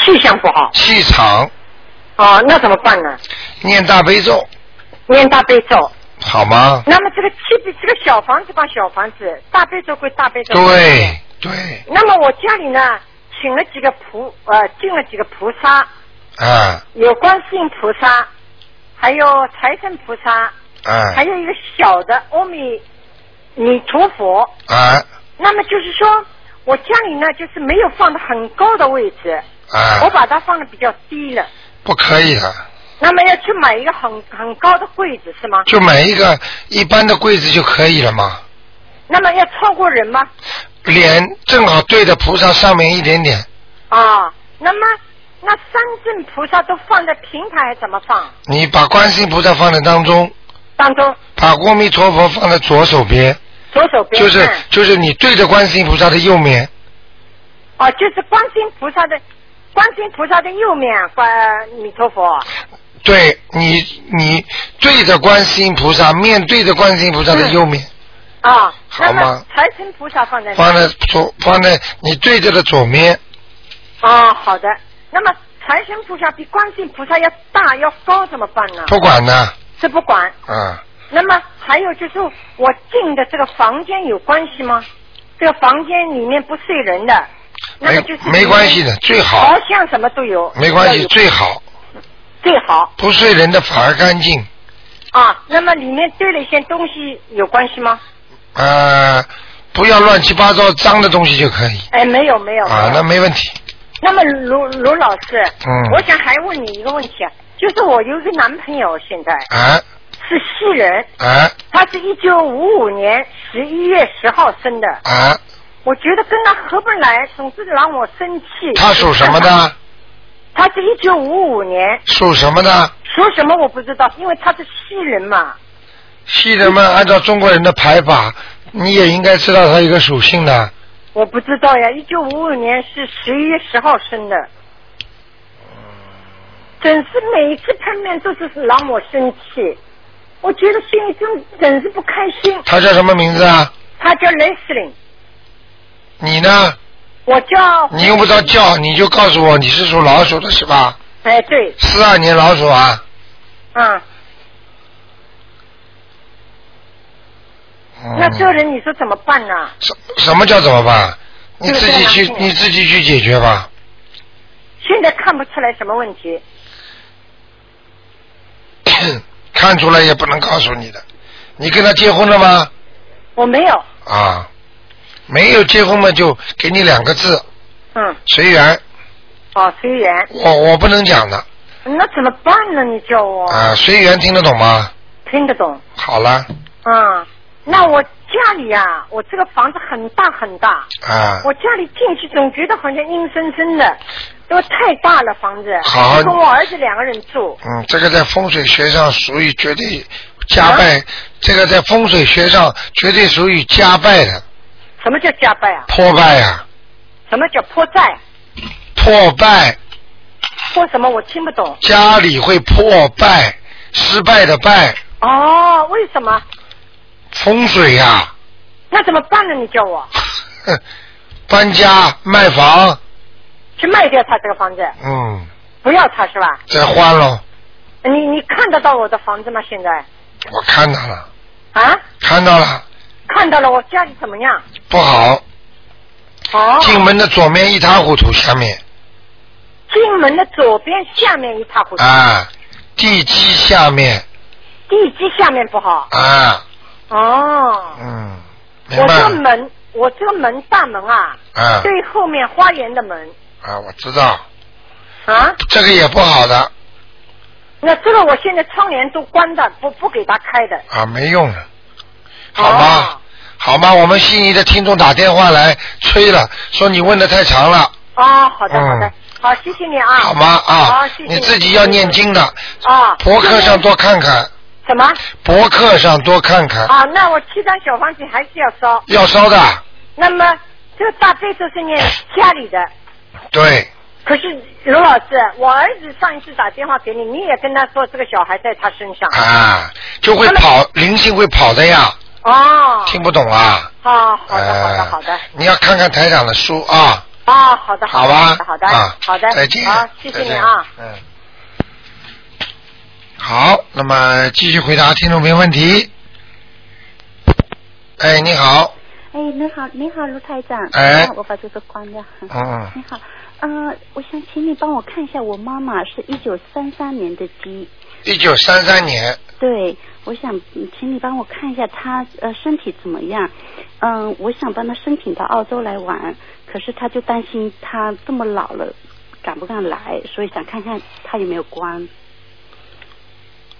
[SPEAKER 10] 气象不好
[SPEAKER 1] 气场
[SPEAKER 10] 哦，那怎么办呢？
[SPEAKER 1] 念大悲咒
[SPEAKER 10] 念大悲咒。
[SPEAKER 1] 好吗？
[SPEAKER 10] 那么这个气这个小房子吧，小房子，大悲咒归大悲咒。。
[SPEAKER 1] 对对，
[SPEAKER 10] 那么我家里呢，请了几个菩呃，进了几个菩萨，
[SPEAKER 1] 啊
[SPEAKER 10] 有观世音菩萨，还有财神菩萨，
[SPEAKER 1] 啊
[SPEAKER 10] 还有一个小的阿弥弥陀佛。
[SPEAKER 1] 啊
[SPEAKER 10] 那么就是说，我家里呢，就是没有放的很高的位置，我
[SPEAKER 1] 啊，
[SPEAKER 10] 把它放的比较低了。
[SPEAKER 1] 不可以的，
[SPEAKER 10] 那么要去买一个很很高的柜子是吗？
[SPEAKER 1] 就买一个一般的柜子就可以了嘛。
[SPEAKER 10] 那么要超过人吗？
[SPEAKER 1] 脸正好对着菩萨上面一点点，
[SPEAKER 10] 啊，那么那三尊菩萨都放在平台还怎么放？
[SPEAKER 1] 你把观世音菩萨放在当中，
[SPEAKER 10] 当中
[SPEAKER 1] 把阿弥陀佛放在左手边，
[SPEAKER 10] 左手边
[SPEAKER 1] 就是
[SPEAKER 10] 嗯
[SPEAKER 1] 就是你对着观世音菩萨的右面，
[SPEAKER 10] 哦，就是观世音菩萨的观世音菩萨的右面，观弥陀佛。哦
[SPEAKER 1] 对你你对着观世音菩萨，面对着观世音菩萨的右面，
[SPEAKER 10] 啊，
[SPEAKER 1] 好
[SPEAKER 10] 那
[SPEAKER 1] 吗
[SPEAKER 10] 么财神菩萨放在哪？
[SPEAKER 1] 放在左放在你对着的左面，
[SPEAKER 10] 哦，好的。那么财神菩萨比嗯观世音菩萨要大要高，怎么办呢？
[SPEAKER 1] 不管呢，
[SPEAKER 10] 这不管。
[SPEAKER 1] 啊
[SPEAKER 10] 那么还有就是我进的这个房间有关系吗？这个房间里面不睡人的，那
[SPEAKER 1] 没
[SPEAKER 10] 个就是
[SPEAKER 1] 没关系的，最好
[SPEAKER 10] 朝向什么都有，
[SPEAKER 1] 没关
[SPEAKER 10] 要
[SPEAKER 1] 系
[SPEAKER 10] 有
[SPEAKER 1] 最好，
[SPEAKER 10] 最好
[SPEAKER 1] 不睡人的反而干净。
[SPEAKER 10] 啊。那么里面堆了一些东西有关系吗？
[SPEAKER 1] 呃，不要乱七八糟脏的东西就可以
[SPEAKER 10] 哎，没有没有。
[SPEAKER 1] 啊，那没问题。
[SPEAKER 10] 那么卢卢老师，
[SPEAKER 1] 嗯
[SPEAKER 10] 我想还问你一个问题啊，就是我有一个男朋友，现在
[SPEAKER 1] 啊
[SPEAKER 10] 是西人，
[SPEAKER 1] 啊
[SPEAKER 10] 他是一九五五年十一月十号生的，
[SPEAKER 1] 啊！
[SPEAKER 10] 我觉得跟他合不来，总是让我生气。
[SPEAKER 1] 他属什么的？
[SPEAKER 10] 他是一九五五年，
[SPEAKER 1] 属什么的？
[SPEAKER 10] 属什么我不知道，因为他是西人嘛。
[SPEAKER 1] 西人们按照中国人的排法，你也应该知道它一个属性的。
[SPEAKER 10] 我不知道呀，一九五五年是十一月十号生的。
[SPEAKER 1] 哦
[SPEAKER 10] 真是每一次碰面都是让我生气，我觉得心里真真是不开心。
[SPEAKER 1] 他叫什么名字啊？
[SPEAKER 10] 他叫雷司令，
[SPEAKER 1] 你呢？
[SPEAKER 10] 我叫
[SPEAKER 1] 你用不着叫，你就告诉我你是属老鼠的是吧？
[SPEAKER 10] 哎对，
[SPEAKER 1] 四二年老鼠啊。
[SPEAKER 10] 嗯，
[SPEAKER 1] 嗯
[SPEAKER 10] 那这人你说怎么办呢？
[SPEAKER 1] 什么叫怎么办？你
[SPEAKER 10] 这个
[SPEAKER 1] 自己去
[SPEAKER 10] 这个，
[SPEAKER 1] 你自己去解决吧。
[SPEAKER 10] 现在看不出来什么问题，
[SPEAKER 1] 看出来也不能告诉你的。你跟他结婚了吗？
[SPEAKER 10] 我没有，
[SPEAKER 1] 啊，没有结婚嘛，就给你两个字，
[SPEAKER 10] 嗯，
[SPEAKER 1] 随缘。
[SPEAKER 10] 哦，随缘。
[SPEAKER 1] 我我不能讲的
[SPEAKER 10] 那怎么办呢？你叫我
[SPEAKER 1] 啊，随缘听得懂吗？
[SPEAKER 10] 听得懂，
[SPEAKER 1] 好了
[SPEAKER 10] 嗯，那我家里呀、啊，我这个房子很大很大，
[SPEAKER 1] 啊，
[SPEAKER 10] 我家里进去总觉得好像阴森森的，因为太大了房子，
[SPEAKER 1] 好
[SPEAKER 10] 我跟我儿子两个人住，
[SPEAKER 1] 嗯，这个在风水学上属于绝对加倍，这个在风水学上绝对属于加倍的
[SPEAKER 10] 什么叫加倍啊？
[SPEAKER 1] 破败啊，
[SPEAKER 10] 什么叫破债？
[SPEAKER 1] 破败
[SPEAKER 10] 破什么？我听不懂。
[SPEAKER 1] 家里会破败，失败的败，
[SPEAKER 10] 哦，为什么？
[SPEAKER 1] 风水啊呀、
[SPEAKER 10] 那怎么办呢？你叫我
[SPEAKER 1] 搬家卖房，
[SPEAKER 10] 去卖掉他这个房子，
[SPEAKER 1] 嗯，
[SPEAKER 10] 不要他是吧？
[SPEAKER 1] 再换喽，
[SPEAKER 10] 你你看得到我的房子吗？现在
[SPEAKER 1] 我看到了，
[SPEAKER 10] 啊，
[SPEAKER 1] 看到了，
[SPEAKER 10] 看到了，我家里怎么样？
[SPEAKER 1] 不好，
[SPEAKER 10] 哦，
[SPEAKER 1] 进门的左面一塌糊涂，下面
[SPEAKER 10] 进门的左边下面一塌糊涂，
[SPEAKER 1] 啊，地基下面
[SPEAKER 10] 地基下面不好。
[SPEAKER 1] 啊，
[SPEAKER 10] 哦，
[SPEAKER 1] 嗯，明
[SPEAKER 10] 我
[SPEAKER 1] 白
[SPEAKER 10] 这个
[SPEAKER 1] 了
[SPEAKER 10] 门，我这个门大门啊，
[SPEAKER 1] 啊
[SPEAKER 10] 对后面花园的门
[SPEAKER 1] 啊，我知道，
[SPEAKER 10] 啊，
[SPEAKER 1] 这个也不好的
[SPEAKER 10] 那这个我现在窗帘都关的，不不给他开的。
[SPEAKER 1] 啊，没用
[SPEAKER 10] 哦
[SPEAKER 1] 了，好吗？好吗？我们心仪的听众打电话来催了，说你问的太长了，
[SPEAKER 10] 哦，好的
[SPEAKER 1] 嗯
[SPEAKER 10] 好的，好，谢谢你啊。
[SPEAKER 1] 好吗？啊
[SPEAKER 10] 好，谢，谢
[SPEAKER 1] 你自己要念经的，
[SPEAKER 10] 啊。
[SPEAKER 1] 博客上多看看，
[SPEAKER 10] 什么？
[SPEAKER 1] 博客上多看看，
[SPEAKER 10] 啊，那我七张小方子还是要烧。
[SPEAKER 1] 要烧的，
[SPEAKER 10] 那么这个大悲咒是念家里的，
[SPEAKER 1] 对，
[SPEAKER 10] 可是卢老师，我儿子上一次打电话给你，你也跟他说这个小孩在他身上。
[SPEAKER 1] 啊，就会跑，灵性会跑的呀，
[SPEAKER 10] 哦，
[SPEAKER 1] 听不懂啊？
[SPEAKER 10] 好，好的，好的，
[SPEAKER 1] 呃
[SPEAKER 10] 好的。
[SPEAKER 1] 你要看看台长的书啊，
[SPEAKER 10] 啊，好的，
[SPEAKER 1] 好
[SPEAKER 10] 的，
[SPEAKER 1] 吧
[SPEAKER 10] 好的，好的
[SPEAKER 1] 啊，
[SPEAKER 10] 好的，
[SPEAKER 1] 再见
[SPEAKER 10] 好，谢谢你啊，
[SPEAKER 1] 再见嗯。好，那么继续回答听众朋友问题。哎，你好，
[SPEAKER 11] 哎，你好，你好，卢台长。啊
[SPEAKER 1] 哎
[SPEAKER 11] 我把这个关掉。
[SPEAKER 1] 嗯
[SPEAKER 11] 你好，呃，我想请你帮我看一下，我妈妈是一九三三年的鸡。
[SPEAKER 1] 一九三三年，
[SPEAKER 11] 对，我想嗯请你帮我看一下她呃身体怎么样。嗯、我想帮她申请到澳洲来玩，可是她就担心她这么老了，敢不敢来，所以想看看她有没有关，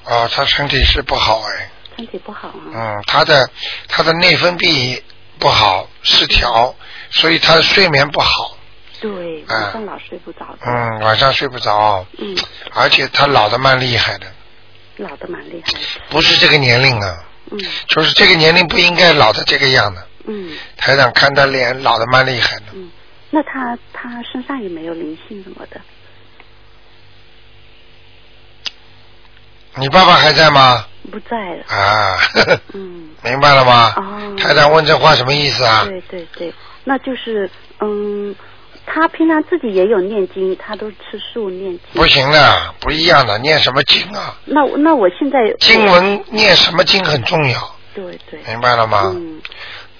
[SPEAKER 1] 哦，他身体是不好哎，
[SPEAKER 11] 身体不好啊。
[SPEAKER 1] 嗯，他的他的内分泌不好失调，
[SPEAKER 11] 嗯
[SPEAKER 1] 所以他的睡眠不好，
[SPEAKER 11] 对，晚上老睡不着的，
[SPEAKER 1] 嗯，晚上睡不着，
[SPEAKER 11] 嗯，
[SPEAKER 1] 而且他老的蛮厉害的，
[SPEAKER 11] 老的蛮厉害的。
[SPEAKER 1] 不是这个年龄啊，
[SPEAKER 11] 嗯
[SPEAKER 1] 就是这个年龄不应该老的这个样的。
[SPEAKER 11] 嗯，
[SPEAKER 1] 台长看他脸老的蛮厉害的，
[SPEAKER 11] 那她她身上有没有灵性什么的？
[SPEAKER 1] 你爸爸还在吗？
[SPEAKER 11] 不在了。
[SPEAKER 1] 啊， 呵呵
[SPEAKER 11] 嗯，
[SPEAKER 1] 明白了吗？
[SPEAKER 11] 哦。
[SPEAKER 1] 台长啊问这话什么意思啊？
[SPEAKER 11] 对对对，那就是嗯，他平常自己也有念经，他都吃素念经。
[SPEAKER 1] 不行的，不一样的，念什么经啊？
[SPEAKER 11] 那我那我现在
[SPEAKER 1] 经文念什么经很重要，
[SPEAKER 11] 对对。
[SPEAKER 1] 明白了吗？
[SPEAKER 11] 嗯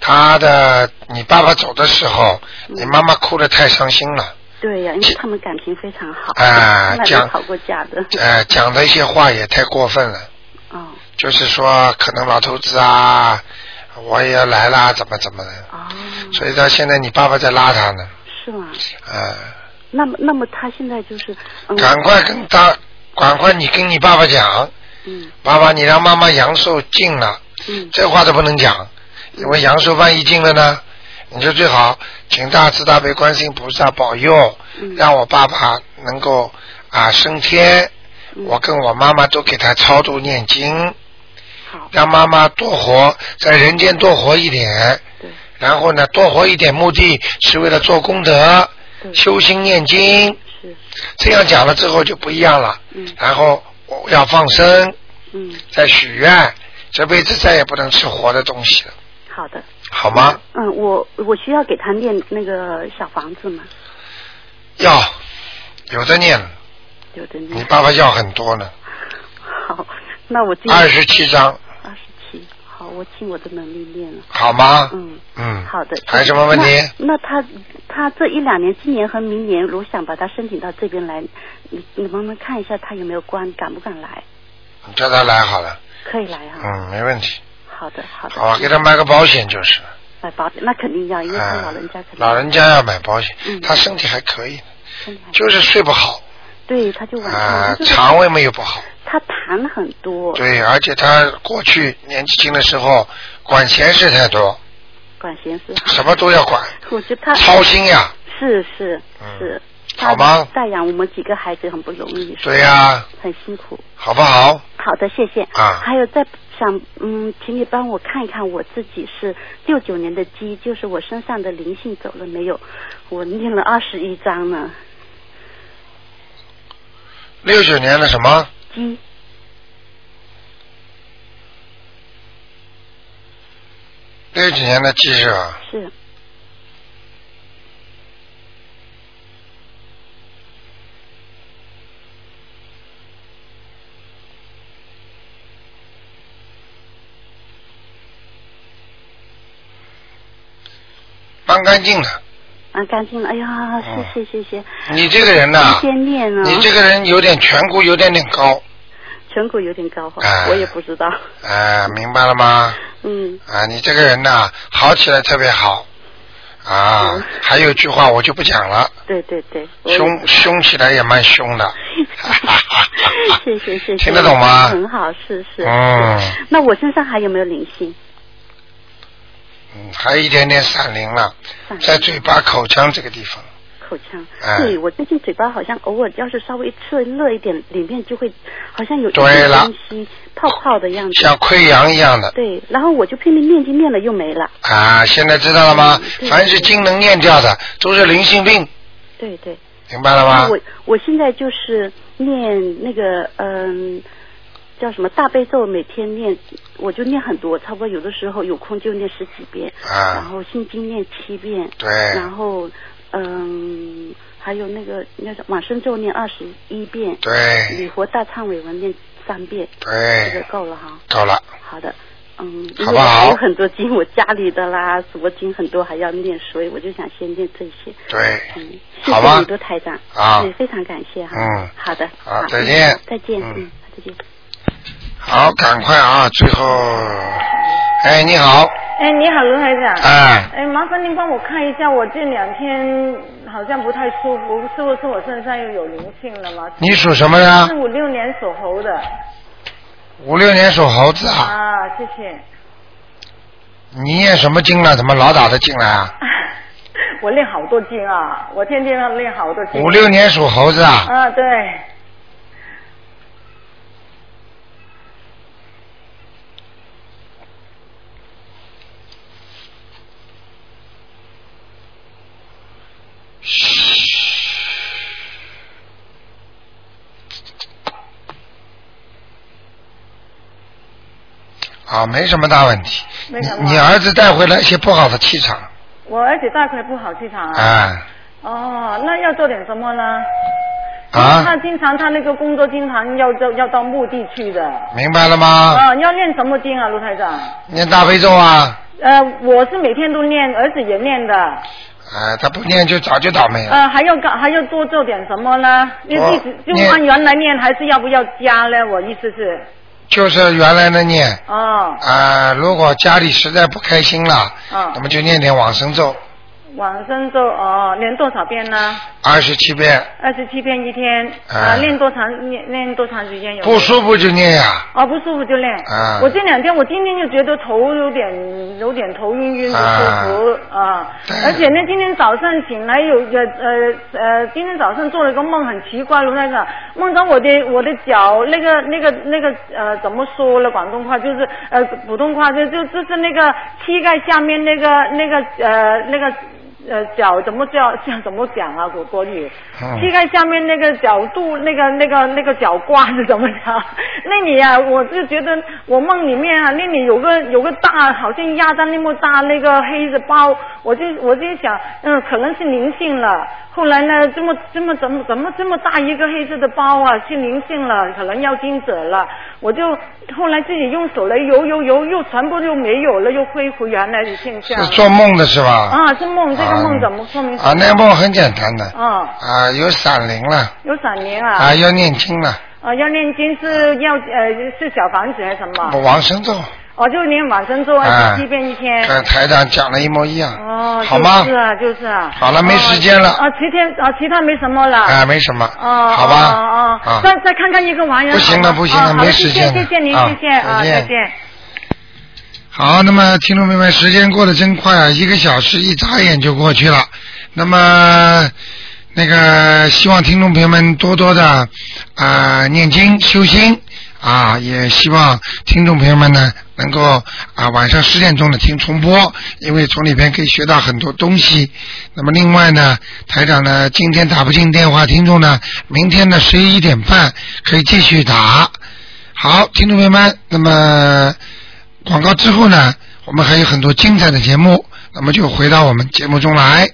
[SPEAKER 1] 他的你爸爸走的时候，
[SPEAKER 11] 嗯
[SPEAKER 1] 你妈妈哭得太伤心了，
[SPEAKER 11] 对呀、因为他们感情非常哦好，
[SPEAKER 1] 啊
[SPEAKER 11] 从来
[SPEAKER 1] 讲
[SPEAKER 11] 没吵过架 的。
[SPEAKER 1] 呃，讲的一些话也太过分了。
[SPEAKER 11] 哦。
[SPEAKER 1] 就是说，可能老头子啊，我也要来啦，怎么怎么的。
[SPEAKER 11] 哦
[SPEAKER 1] 所以到现在，你爸爸在拉他呢，
[SPEAKER 11] 是吗？
[SPEAKER 1] 啊、
[SPEAKER 11] 那么，那么他现在就是，嗯，
[SPEAKER 1] 赶快跟他，赶快你跟你爸爸讲，
[SPEAKER 11] 嗯，
[SPEAKER 1] 爸爸，你让妈妈阳寿尽了，
[SPEAKER 11] 嗯，
[SPEAKER 1] 这话都不能讲，因为阳寿万一尽了呢，你就最好请大慈大悲观世音菩萨保佑，让我爸爸能够啊升天，我跟我妈妈都给他超度念经，让妈妈多活在人间多活一点，然后呢多活一点目的是为了做功德，修心念经，这样讲了之后就不一样了，然后我要放生。
[SPEAKER 11] 嗯，
[SPEAKER 1] 在许愿，这辈子再也不能吃活的东西了，
[SPEAKER 11] 好的，
[SPEAKER 1] 好吗？
[SPEAKER 11] 嗯，我我需要给他念那个小房子吗？
[SPEAKER 1] 要有的念了，
[SPEAKER 11] 有的
[SPEAKER 1] 你
[SPEAKER 11] 念。
[SPEAKER 1] 嗯爸爸要很多呢，
[SPEAKER 11] 好，那我自己
[SPEAKER 1] 二十七张，
[SPEAKER 11] 好，我尽我的能力念了。
[SPEAKER 1] 好吗？
[SPEAKER 11] 嗯
[SPEAKER 1] 嗯，
[SPEAKER 11] 好的。
[SPEAKER 1] 还有什么问题？
[SPEAKER 11] 那那他他这一两年，今年和明年，我想把他申请到这边来，你你帮忙看一下他有没有关，敢不敢来？
[SPEAKER 1] 你叫他来好了，
[SPEAKER 11] 可以来啊。
[SPEAKER 1] 嗯，没问题，
[SPEAKER 11] 好的，好的。
[SPEAKER 1] 好吧？给他买个保险就是了，
[SPEAKER 11] 买保险，那肯定要，因为他
[SPEAKER 1] 嗯
[SPEAKER 11] 老人家肯定。
[SPEAKER 1] 老人家要买保险，
[SPEAKER 11] 嗯
[SPEAKER 1] 他身体还可以，就是睡不好
[SPEAKER 11] 对，他就晚上、
[SPEAKER 1] 啊
[SPEAKER 11] 他，就是
[SPEAKER 1] 肠胃嘛又不好，
[SPEAKER 11] 他痰很多，
[SPEAKER 1] 对，而且他过去年纪轻的时候管闲事太多，
[SPEAKER 11] 管闲事。
[SPEAKER 1] 什么都要管，
[SPEAKER 11] 我觉得他
[SPEAKER 1] 操心呀。嗯
[SPEAKER 11] 是是是。他
[SPEAKER 1] 好吗
[SPEAKER 11] 带养我们几个孩子很不容易。
[SPEAKER 1] 对呀
[SPEAKER 11] 很辛苦。
[SPEAKER 1] 好不好？
[SPEAKER 11] 好的，谢谢。
[SPEAKER 1] 啊
[SPEAKER 11] 还有再想，嗯，请你帮我看一看我自己是六九年的鸡，就是我身上的灵性走了没有？我念了二十一章呢。
[SPEAKER 1] 六九年的什么？
[SPEAKER 11] 鸡。
[SPEAKER 1] 六九年的鸡是吧？
[SPEAKER 11] 是。
[SPEAKER 1] 蛮干净的。
[SPEAKER 11] 啊，干净了！哎呀，
[SPEAKER 1] 哦
[SPEAKER 11] 谢谢谢谢。
[SPEAKER 1] 你这个人呐、
[SPEAKER 11] 先念啊。
[SPEAKER 1] 你这个人有点颧骨有点点高，
[SPEAKER 11] 颧骨有点高哈，
[SPEAKER 1] 哎
[SPEAKER 11] 我也不知道。
[SPEAKER 1] 啊，明白了吗？
[SPEAKER 11] 嗯，
[SPEAKER 1] 啊，你这个人呐、好起来特别好，啊，还有一句话我就不讲了，
[SPEAKER 11] 对对对。嗯我也
[SPEAKER 1] 凶凶起来也蛮凶的，
[SPEAKER 11] 谢谢谢谢。
[SPEAKER 1] 听得懂吗
[SPEAKER 11] 很好，是是。
[SPEAKER 1] 嗯
[SPEAKER 11] 是那我身上还有没有灵性？
[SPEAKER 1] 嗯，还有一点点闪灵了，在嘴巴口腔这个地方，
[SPEAKER 11] 口腔。
[SPEAKER 1] 哎
[SPEAKER 11] 对，我最近嘴巴好像偶尔要是稍微吃热一点，里面就会好像有一
[SPEAKER 1] 对
[SPEAKER 11] 点
[SPEAKER 1] 了
[SPEAKER 11] 东西泡泡的样子。
[SPEAKER 1] 像溃疡一样的
[SPEAKER 11] 对，然后我就拼命念经念了又没了。
[SPEAKER 1] 啊，现在知道了
[SPEAKER 11] 嗯
[SPEAKER 1] 吗？凡是经能念掉的都是灵性病，
[SPEAKER 11] 对对。
[SPEAKER 1] 明白了吗
[SPEAKER 11] 那？我我现在就是念那个嗯。叫什么大悲咒？每天念，我就念很多，差不多有的时候有空就念十几遍，
[SPEAKER 1] 啊
[SPEAKER 11] 然后心经念七遍，
[SPEAKER 1] 对
[SPEAKER 11] 然后嗯，还有那个那叫往生咒念二十一遍，
[SPEAKER 1] 对
[SPEAKER 11] 礼佛大忏悔文念三遍，
[SPEAKER 1] 对
[SPEAKER 11] 这个够了哈。
[SPEAKER 1] 够了，
[SPEAKER 11] 好的，嗯，
[SPEAKER 1] 好不好
[SPEAKER 11] 因为我还有很多经，我家里的啦，什么经很多还要念，所以我就想先念这些。
[SPEAKER 1] 对，
[SPEAKER 11] 嗯，谢
[SPEAKER 1] 好
[SPEAKER 11] 谢
[SPEAKER 1] 吧
[SPEAKER 11] 你，多台长，
[SPEAKER 1] 啊
[SPEAKER 11] 对，非常感谢哈。
[SPEAKER 1] 嗯
[SPEAKER 11] 好的，
[SPEAKER 1] 好再见
[SPEAKER 11] 嗯再见，
[SPEAKER 1] 嗯
[SPEAKER 11] 嗯，再见。
[SPEAKER 1] 好，赶快啊，最后，哎，你好，
[SPEAKER 12] 哎，你好，卢台长。
[SPEAKER 1] 哎
[SPEAKER 12] 哎，麻烦您帮我看一下，我这两天好像不太舒服，是不是我身上又有灵性了吗？
[SPEAKER 1] 你属什么呀
[SPEAKER 12] 是五六年属猴的。
[SPEAKER 1] 五六年属猴子啊，
[SPEAKER 12] 啊，谢谢。
[SPEAKER 1] 你念什么经了？怎么老打的进来啊？
[SPEAKER 12] 我练好多经啊，我天天要练好多经。
[SPEAKER 1] 五六年属猴子啊
[SPEAKER 12] 啊，对。
[SPEAKER 1] 啊，没什么大问题。
[SPEAKER 12] 没什么
[SPEAKER 1] 你儿子带回来一些不好的气场
[SPEAKER 12] 我儿子大概不好气场啊。
[SPEAKER 1] 啊，
[SPEAKER 12] 哦，那要做点什么呢？
[SPEAKER 1] 啊
[SPEAKER 12] 他经常他那个工作经常要到要到墓地去的。
[SPEAKER 1] 明白了吗？
[SPEAKER 12] 啊，你要念什么经啊，卢台长？
[SPEAKER 1] 念大悲咒啊，
[SPEAKER 12] 呃，我是每天都念，儿子也念的。
[SPEAKER 1] 啊，他不念就早就倒霉了。
[SPEAKER 12] 呃，还要干还要多做点什么呢？因
[SPEAKER 1] 我
[SPEAKER 12] 为一直就按原来念，还是要不要加呢？我意思是，
[SPEAKER 1] 就是原来的念
[SPEAKER 12] 哦，
[SPEAKER 1] 啊，如果家里实在不开心了，
[SPEAKER 12] 嗯
[SPEAKER 1] 啊那么就念点往生咒，
[SPEAKER 12] 往生咒哦，念多少遍呢？
[SPEAKER 1] 二十七遍，
[SPEAKER 12] 二十七遍一天，
[SPEAKER 1] 啊
[SPEAKER 12] 啊，念多长念念多长时间有？
[SPEAKER 1] 不舒服就念呀、
[SPEAKER 12] 哦，不舒服就练。
[SPEAKER 1] 啊
[SPEAKER 12] 我这两天，我今天就觉得头有点有点头晕晕不舒服啊而且呢，今天早上醒来有呃呃呃，今天早上做了一个梦，很奇怪，卢太长，梦到我的我的脚那个那个那个呃，怎么说呢？广东话就是呃普通话就就就是那个膝盖下面那个那个呃那个。呃，脚怎么叫？怎么讲啊？国国语，
[SPEAKER 13] 嗯
[SPEAKER 12] 膝盖下面那个角度，那个那个那个脚瓜是怎么讲？ 那里啊，我就觉得我梦里面啊，那里有个有个大，好像压在那么大那个黑的包，我就我就想，嗯，可能是灵性了。后来呢，这么这么怎么怎么这么大一个黑色的包啊，是灵性了，可能要经者了。我就后来自己用手来游游游，又全部又没有了，又恢复原来的现象。
[SPEAKER 1] 是做梦的是吧
[SPEAKER 12] 啊，是梦，这个
[SPEAKER 1] 啊
[SPEAKER 12] 梦怎么说明？
[SPEAKER 1] 啊，那梦很简单的，
[SPEAKER 12] 嗯，
[SPEAKER 1] 啊，有闪灵了，
[SPEAKER 12] 有闪灵啊。
[SPEAKER 1] 啊，要念经了，
[SPEAKER 12] 啊，要念经是要呃是小房子还是什么？
[SPEAKER 1] 往生咒，
[SPEAKER 12] 哦，就是念往生咒
[SPEAKER 1] 哎
[SPEAKER 12] 二十七遍一天。
[SPEAKER 1] 跟台长讲的一模一样，
[SPEAKER 12] 哦，
[SPEAKER 1] 好吗
[SPEAKER 12] 就是啊，就是啊。
[SPEAKER 1] 好了没时间了
[SPEAKER 12] 哦啊，其天啊，其他没什么了。
[SPEAKER 1] 啊，没什么，
[SPEAKER 12] 哦，
[SPEAKER 1] 好吧，
[SPEAKER 12] 哦哦
[SPEAKER 1] 啊，
[SPEAKER 12] 再再看看一个王源。
[SPEAKER 1] 不行了
[SPEAKER 12] 好吗
[SPEAKER 1] 不行了
[SPEAKER 12] 哦好的
[SPEAKER 1] 没时间了
[SPEAKER 12] 谢谢谢谢您，
[SPEAKER 1] 啊
[SPEAKER 12] 谢谢啊，
[SPEAKER 1] 再见
[SPEAKER 12] 再见。
[SPEAKER 1] 好，那么听众朋友们，时间过得真快啊，一个小时一眨眼就过去了。那么，呃那个希望听众朋友们多多的啊、呃念经修心啊，也希望听众朋友们呢能够啊、晚上十点钟的听重播，因为从里边可以学到很多东西。那么另外呢，台长呢今天打不进电话，听众呢明天呢十一点半可以继续打。好，听众朋友们，那么。广告之后呢，我们还有很多精彩的节目，那么就回到我们节目中来。